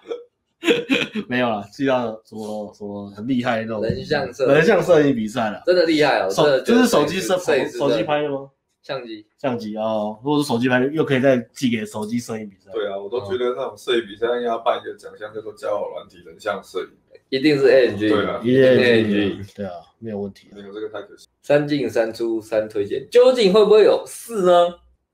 没有了，记到什么什么很厉害的那种
人像摄影
人像摄影比赛了，
真的厉害哦，
手
这
这是手机摄
摄影师
手手机，拍的吗？
相机，
相机哦，如果是手机拍，又可以再寄给手机摄影比赛。
对啊，我都觉得那种摄影比赛应该要办一个奖项，叫做“交友软体人像摄影
一定是 ANG。
对啊
耶，对啊，没有问题”，。
没有这个太可惜。
三进三出三推荐，究竟会不会有四呢？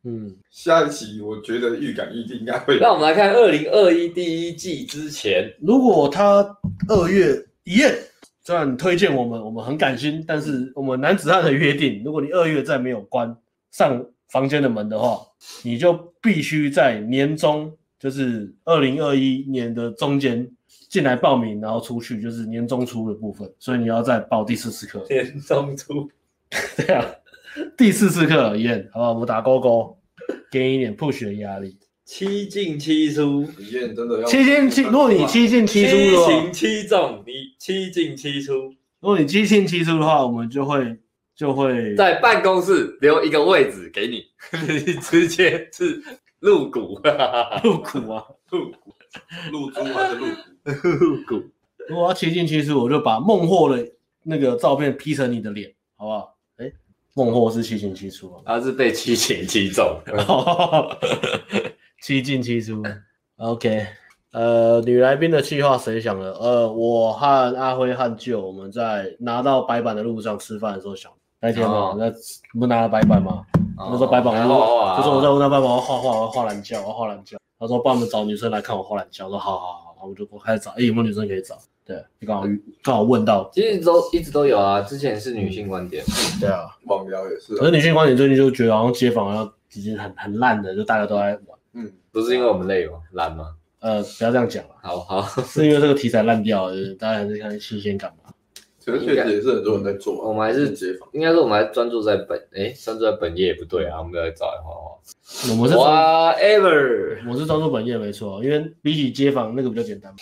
嗯，
下一期我觉得预感一定应该会有
让我们来看二零二一第一季之前，。
如果他二月一夜虽然推荐我们，我们很感心，但是我们男子汉的约定，如果你二月再没有关上房间的门的话，你就必须在年中，就是二零二一年的中间进来报名，然后出去，就是年中出的部分，所以你要再报第四次课
年中出
对啊，第四次课耶，好不好？我们打勾勾，给你一点 push 的压力。
七进七出，
体验，真的要
七进七，如果你七进七出
七
的话，
擒七中，你七进七出，
如果你七进七出的话，我们就会就会
在办公室留一个位置给你，你直接是入股，
入股啊。
露珠还是露 骨？
入股。
如果要七进七出，我就把孟获的那个照片 P 成你的脸，好不好？哎，孟获是七进七出 啊。
他是被七擒七中，
七进七出。OK，呃，女来宾的计划谁想的？呃，我和阿辉和舅，我们在拿到白板的路上吃饭的时候想的那天嘛
哦，
那不拿了白板嘛， 那时候白板
然
我
后
哦
说，
啊，
就是我在问他爸爸，我要画画，我要画懒觉，我要画懒觉。他说帮我们找女生来看我画懒觉，我说好好好，然后我就我开始找，哎、有没有女生可以找？对，就刚好遇刚好问到，
其实都一直都有啊。之前是女性观点，
对啊。
网聊也是啊
可是女性观点最近就觉得好像街坊好像已经很很烂的，就大家都在玩。
嗯，
不是因为我们累吗？懒吗？
呃，不要这样讲了，
好好，
是因为这个题材烂掉了，就是大家还是看新鲜感嘛。
其实确实也是很多人在做啊。
我们还是
街坊，
应该说我们还专注在本，哎、专注在本业也不对啊，我们都在找画画。
我们是
啊
专
，whatever，
我是专注本业没错，因为比起街坊那个比较简单嘛，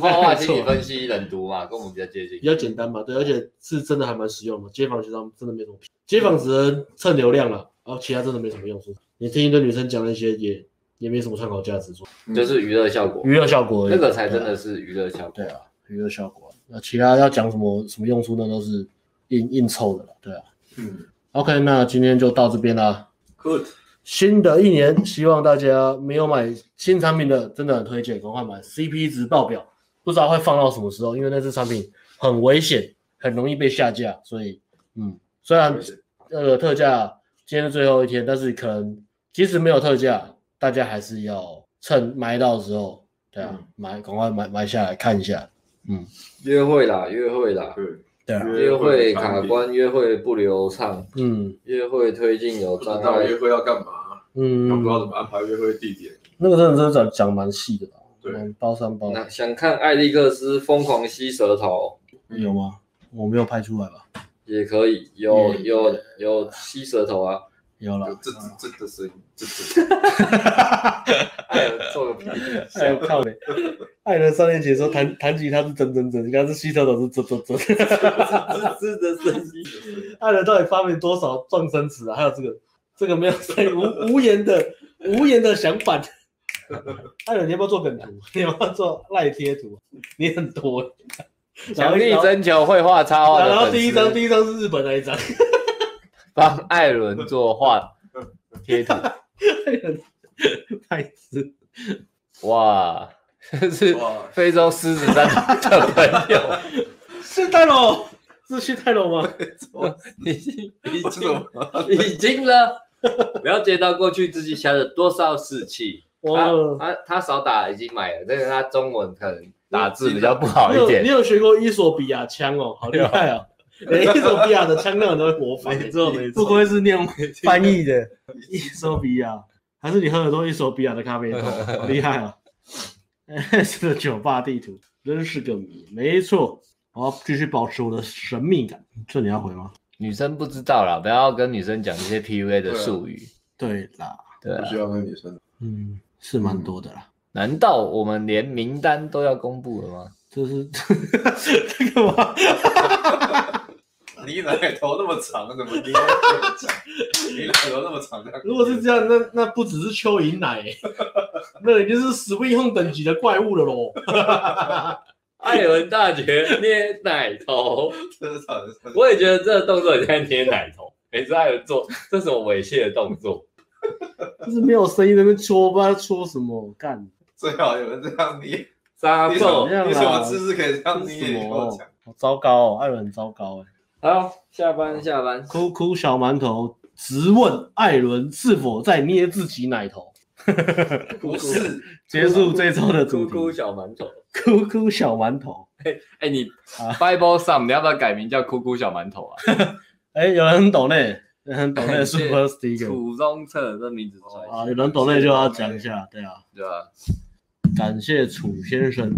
画画心理
错
分析冷读嘛，跟我们比较接近
比。较简单嘛，对，而且是真的还蛮实用的。街坊其实他们真的没什么屁，街坊只能蹭流量了，然后其他真的没什么用处。你听一堆女生讲那些也也没什么参考价值，说
就是娱乐效果，
娱乐效果而已
那个才真的是娱乐效果。
对啊，娱乐效果。那其他要讲什么什么用处，那都是硬硬凑的了，对啊。
嗯
OK，那今天就到这边啦。
，good，
新的一年，希望大家没有买新产品的，真的很推荐，赶快买，CP 值爆表，不知道会放到什么时候，因为那只产品很危险，很容易被下架，所以，嗯，虽然那个特价今天是最后一天，但是可能即使没有特价，大家还是要趁买到的时候，对
嗯
啊，买赶快买买下来看一下，
约会啦，约会啦，
对，
对啊，
约会
场
卡
景，
关，约会不流畅，
嗯
约会推进有
不知
障
道
碍
约。会要干嘛，也不
嗯，
知道怎么安排约会地点。
那个真的是讲讲蛮细的啦，
对
嗯，包三包
那想看艾利克斯疯狂吸舌头
有吗？我没有拍出来吧？
也可以，有
嗯
有有吸舌头啊，
有了
就，这这这的声音，这这
哎呀，做个屁！
哎呦靠 嘞！艾伦三年级的时候弹弹吉他是真真真，你看是吸舌头是真真 真。
吱吱的声音，
艾伦到底发明多少撞声词啊？还有这个这个没有声音无无 言的无言的想 法。艾伦，你要不要做梗图？ 你要不要做赖贴图？你很多 欸。
强力征求绘画插画的
然后
粉丝
第一张第一张是日本那一 张，
帮艾伦做画贴 图，
艾伦太痴。
哇，这是
哇，
非洲狮子山的朋 友，
是泰罗，是去泰罗吗？
已经已
这种
经已经了，了解到过去自己下了多少士气。他
哇，
他他少打已经买了，但是他中文可能打字比较不好
你
一
有
点
你。有学过伊索比亚腔哦，好厉害 哦。连伊索比亚的腔调你都会模仿，
没错没
不
错
愧是念翻译的伊索比亚，还是你喝很多伊索比亚的咖啡 豆，好厉害啊！是个酒吧地图，真是个谜。没错，我要继续保持我的神秘感。这你要回吗？
女生不知道啦，不要跟女生讲这些 PUA 的术语。
对啦，
对
不
啊，
需要那女生，
嗯，是蛮多的啦。
难道我们连名单都要公布了吗？
这是 这个吗？
你奶头那么长，怎么你讲？你奶头那么长，这样
如果是这样，那那不只是蚯蚓奶、欸，那已经是 Sweet Home 等级的怪物了喽。
艾伦大学捏奶头，
真的长，
我也觉得这个动作很像捏奶头。每次还有人做这是什么猥亵的动作？
就是没有声音在那边戳，不知道在戳什么，干
最好有人这样捏，
沙
你什
漏
么
这样啊
你什么姿势可以这样
这是
捏？
什
你跟我
么
讲，？
好糟糕哦，艾伦很糟糕哎。
好，下班下班。
哭哭小馒头直问艾伦是否在捏自己奶头。
不是，
结束这周的主
咕
题，
咕小馒头，
哭哭小馒头。
哎、你
啊
Bible Sam，你要不要改名叫哭哭小馒头 啊？
哎、有人懂嘞，有人懂嘞
感谢
，Super Sticker
楚中策这名字帅
哦
气，
啊，有人懂嘞就要讲一下，对啊，
对吧？
感谢楚先生，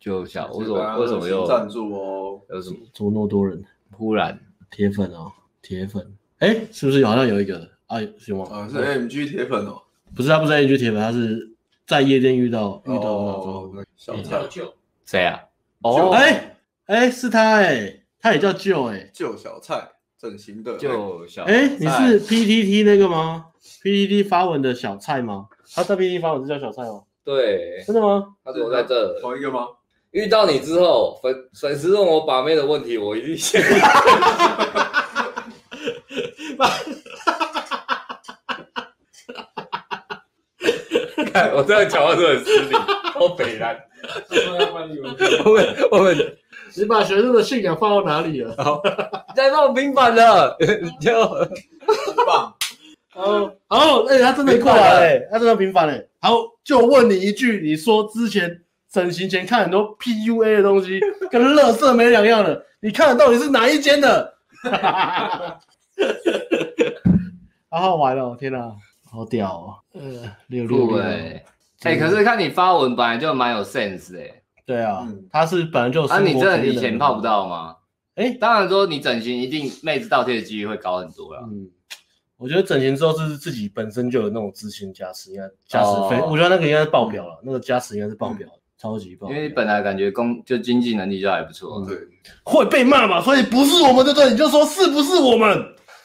就想为什
大家
么为什么
有
又
新赞助哦？
有什么
卓诺多人
忽然
铁粉哦，铁粉，哎、是不是好像有一个啊？有
呃
吗？
啊，是 AMG 铁粉哦，
不是，他不是 A G 铁粉，他是在夜店遇到遇到了之后
哦，小蔡
谁啊？
哦，
哦，
哎、哎、是他哎、他也叫舅哎、
旧小蔡，整形的
就小
哎、你是 PTT 那个吗？PTT 发文的小蔡吗？他在 PTT 发文是叫小蔡吗？
对，
真的吗？
他怎么在这？
同一个吗？
遇到你之后，粉粉丝问我把妹的问题，我一定先。 看我这样讲话是很失礼，好北 然。我们我们
你把学生的信仰放到哪里了？
在帮我平反 了，就
很棒，
哦，哦，哎、他真的过来了、哎他真的平凡哎、好，就问你一句，你说之前整形前看很多 PUA 的东西，跟垃圾没两样的，你看的到底是哪一间的？ 好好玩哦，天哪、好屌哦！呃，六六
酷
六，
哎哎，可是看你发文本来就蛮有 sense 哎、
对啊，
嗯
他是本来就有
啊，
生活
你这
经验
以
的
前
人
泡不到吗？
哎
当然说你整形一定妹子倒贴的几率会高很多啦。
嗯，我觉得整形之后是自己本身就有那种自信加持，应该加持非，
哦嗯
我觉得那个应该是爆表了，那个加持应该是爆表，超级爆
因
表。
为本来感觉工就经济能力就还不
嗯
错，
对，
会被骂嘛，所以不是我们对不对？你就说是不是我们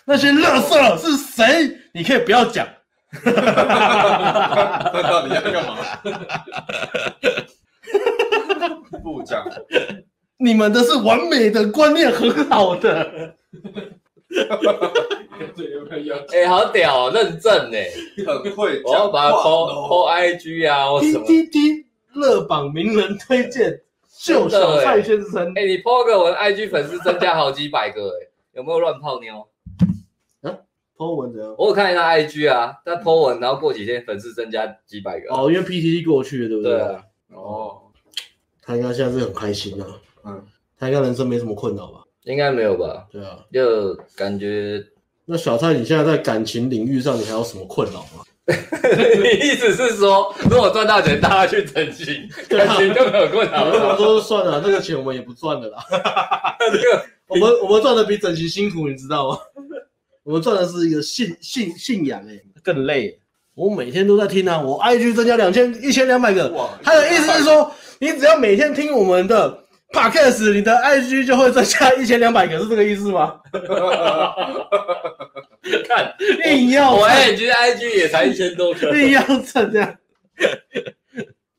那些垃圾是谁？你可以不要讲。
那到底要干嘛？不讲，
你们的是完美的观念，很好 的，
哎、好屌、哦，认证呢，
很会
我要
讲话
把它 po
哦。
po IG 啊，或什
听
么。
听听，热榜名人推荐，
真
就
的
小蔡
欸
先生
哎、，你 po 个文，IG 粉丝增加好几百个、哎，有没有乱泡妞？
偷文的
我有看一下 IG 啊，他 po 文，然后过几天粉丝增加几百个啊、
哦，因为 PTT 过去了，对不
对啊，
哦，
他应该现在是很开心啊，
嗯，
他应该人生没什么困扰吧？
应该没有吧？
对啊，
就感觉，
那小蔡，你现在在感情领域上，你还有什么困扰吗？
你 意思是说，如果赚到钱，大家去整形，
对啊
整形就没有困扰
我们
了。
说算了，那个钱我们也不赚了啦。
这个
我们我们赚的比整形辛苦，你知道吗？我们赚的是一个信信信仰、欸，更累。我每天都在听啊，我 IG 增加两千一千两百个。
哇，
他的意思是说，你只要每天听我们的 podcast，你的 IG 就会增加一千两百个，是这个意思吗？
看，
硬要
我
蹭，
IG IG 也才一千多 个，
硬要蹭这样。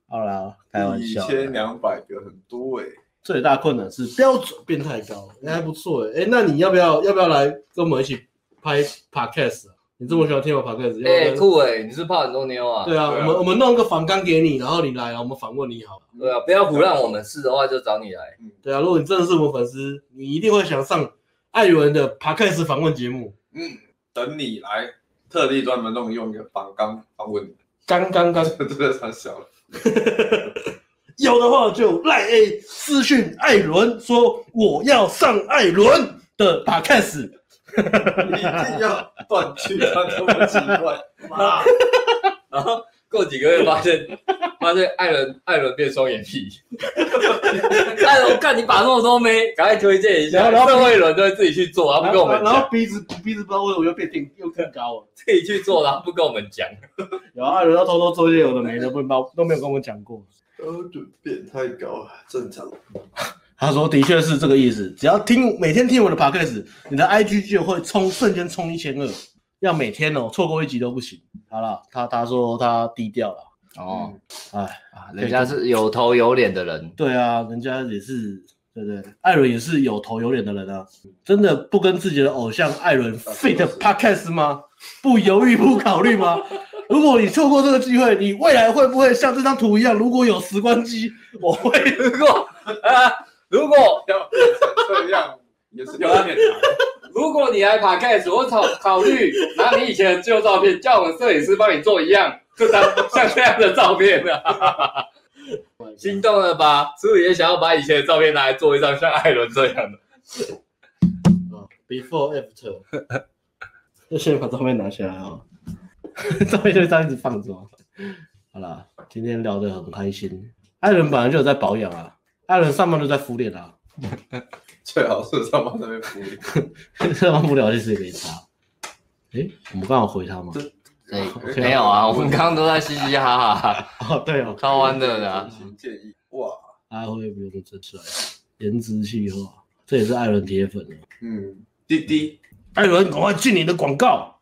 好啦，开玩
一
笑啦。
千两百个很多哎，
最大困难是标准变太高，那还不错哎、哎，那你要不要要不要来跟我们一起拍 podcast？啊你这么喜欢听我 podcast，要不
哎、
要
酷哎、你是泡很多妞啊？
对啊，
对啊
我们我们弄个访纲给你，然后你来，啊我们访问你好了。
对啊，不要胡让我们试的话，就找你来。
对啊，如果你真的是我们粉丝，你一定会想上艾伦的 podcast 访问节目。
等你来，特地专门弄用一个仿钢访 问你，
刚刚刚
真的太小了。
有的话就赖 A 私讯艾伦说我要上艾伦的 podcast。
你一定要断句，他这么奇怪，妈，
然后过几个月 发现，发现艾伦艾伦变双眼皮。艾伦，看你把那么多妹，赶快推荐一
然后
下。
然后
最后一轮就会自己去做，然后不跟我们
然后
讲，
鼻子鼻子不知道为什么又变挺又更高了。
自己去做，然后不跟我们讲。
然后艾伦要偷偷做一些有的没的，不包都没有跟我讲过。
标准变太高了，正常。
他说的确是这个意思，只要听每天听我的 podcast，你的 IG 就会冲瞬间冲一千二，要每天哦，错过一集都不行。好了，他他说他低调了，
哦，
哎，
啊人家是有头有脸的人，
对啊，人家也是对不对？艾伦也是有头有脸的人啊，真的不跟自己的偶像艾伦 fit podcast 吗？不犹豫不考虑吗？ 如果你错过这个机会，你未来会不会像这张图一样？如果有时光机，我会
如果啊，如果
要变成这样也是有
啊
点难。
如果你来 p o d c 我考考虑拿你以前的旧照片，叫我们摄影师帮你做一样，就当像这样的照片啊。心动了吧？是不是也想要把以前的照片拿来做一张像艾伦这样的？
before after，就先把照片拿起来啊、哦， 照片就这样一直放着、哦。好啦，今天聊得很开心。艾伦本来就有在保养啊，艾伦上班都在敷脸啊，
最好是上班那边福利，
上班不了其实也没差。诶、我们刚好回他吗？
对
OK 啊
没有
嗯
啊，我们刚刚都在嘻嘻哈哈，
哦，对哦，
超欢乐的啊
真。心建议哇，
阿辉不用真帅，颜值计划，这也是艾伦铁粉啊。
嗯，滴滴
艾伦，赶快进你的广告。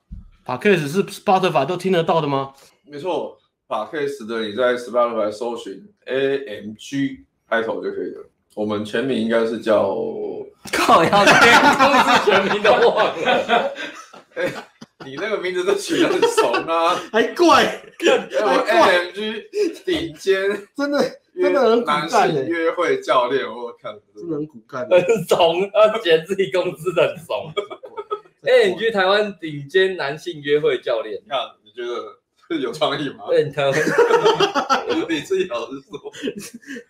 p a c k a g e 是 Spotify 都听得到的吗？
没错，把 case 的你在 Spotify 搜寻 AMG 开头就可以了。我们全名应该是叫
靠， 要这样
公司全名都忘了，
你那个名字都取得很怂啊！
还怪，
哎我 AMG 顶尖
真的
约
真的很
男
古怪
性
耶
约会教练，我有看
真的很骨干。
很怂，他觉得自己公司很 怂。哎，你去台湾顶尖男性约会教练，
你看，你觉得有创意吗？
啊
哎，你台湾，
你自己老实说，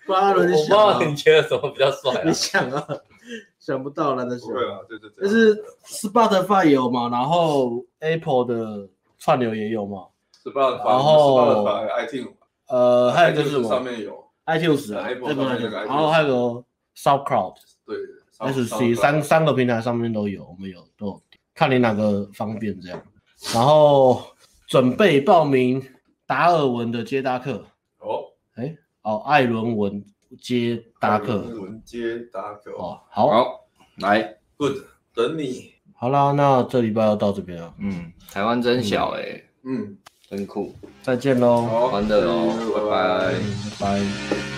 帮艾
我
伦
不知
想啊
道，你觉得什么比较帅啊
你？想啊，想不到懒得想
不。会啊啦，就是这
但
样。
是 Spotify 有嘛，然后 Apple 的串流也有嘛，
Spotify，
然后
Spotify、iTunes，
呃，还有就是什
iTunes 上
么
面有
iTunes 啊
Apple
对
上面
不
那
对
个 iTunes
然后还有 SoundCloud、
哦对
SC 三三个平台上面都有，我们有都有，看你哪个方便这样。然后准备报名达尔文的接搭课，
哦，
哦，艾伦文接搭
英
课，
文接达克哦
哦，好，
好，来，
，Good，等你，
好啦，那这礼拜要到这边了，
嗯，台湾真小哎、
嗯，
真酷。
再见喽，
好，
欢乐哦
嗯
拜
拜拜。
拜
拜。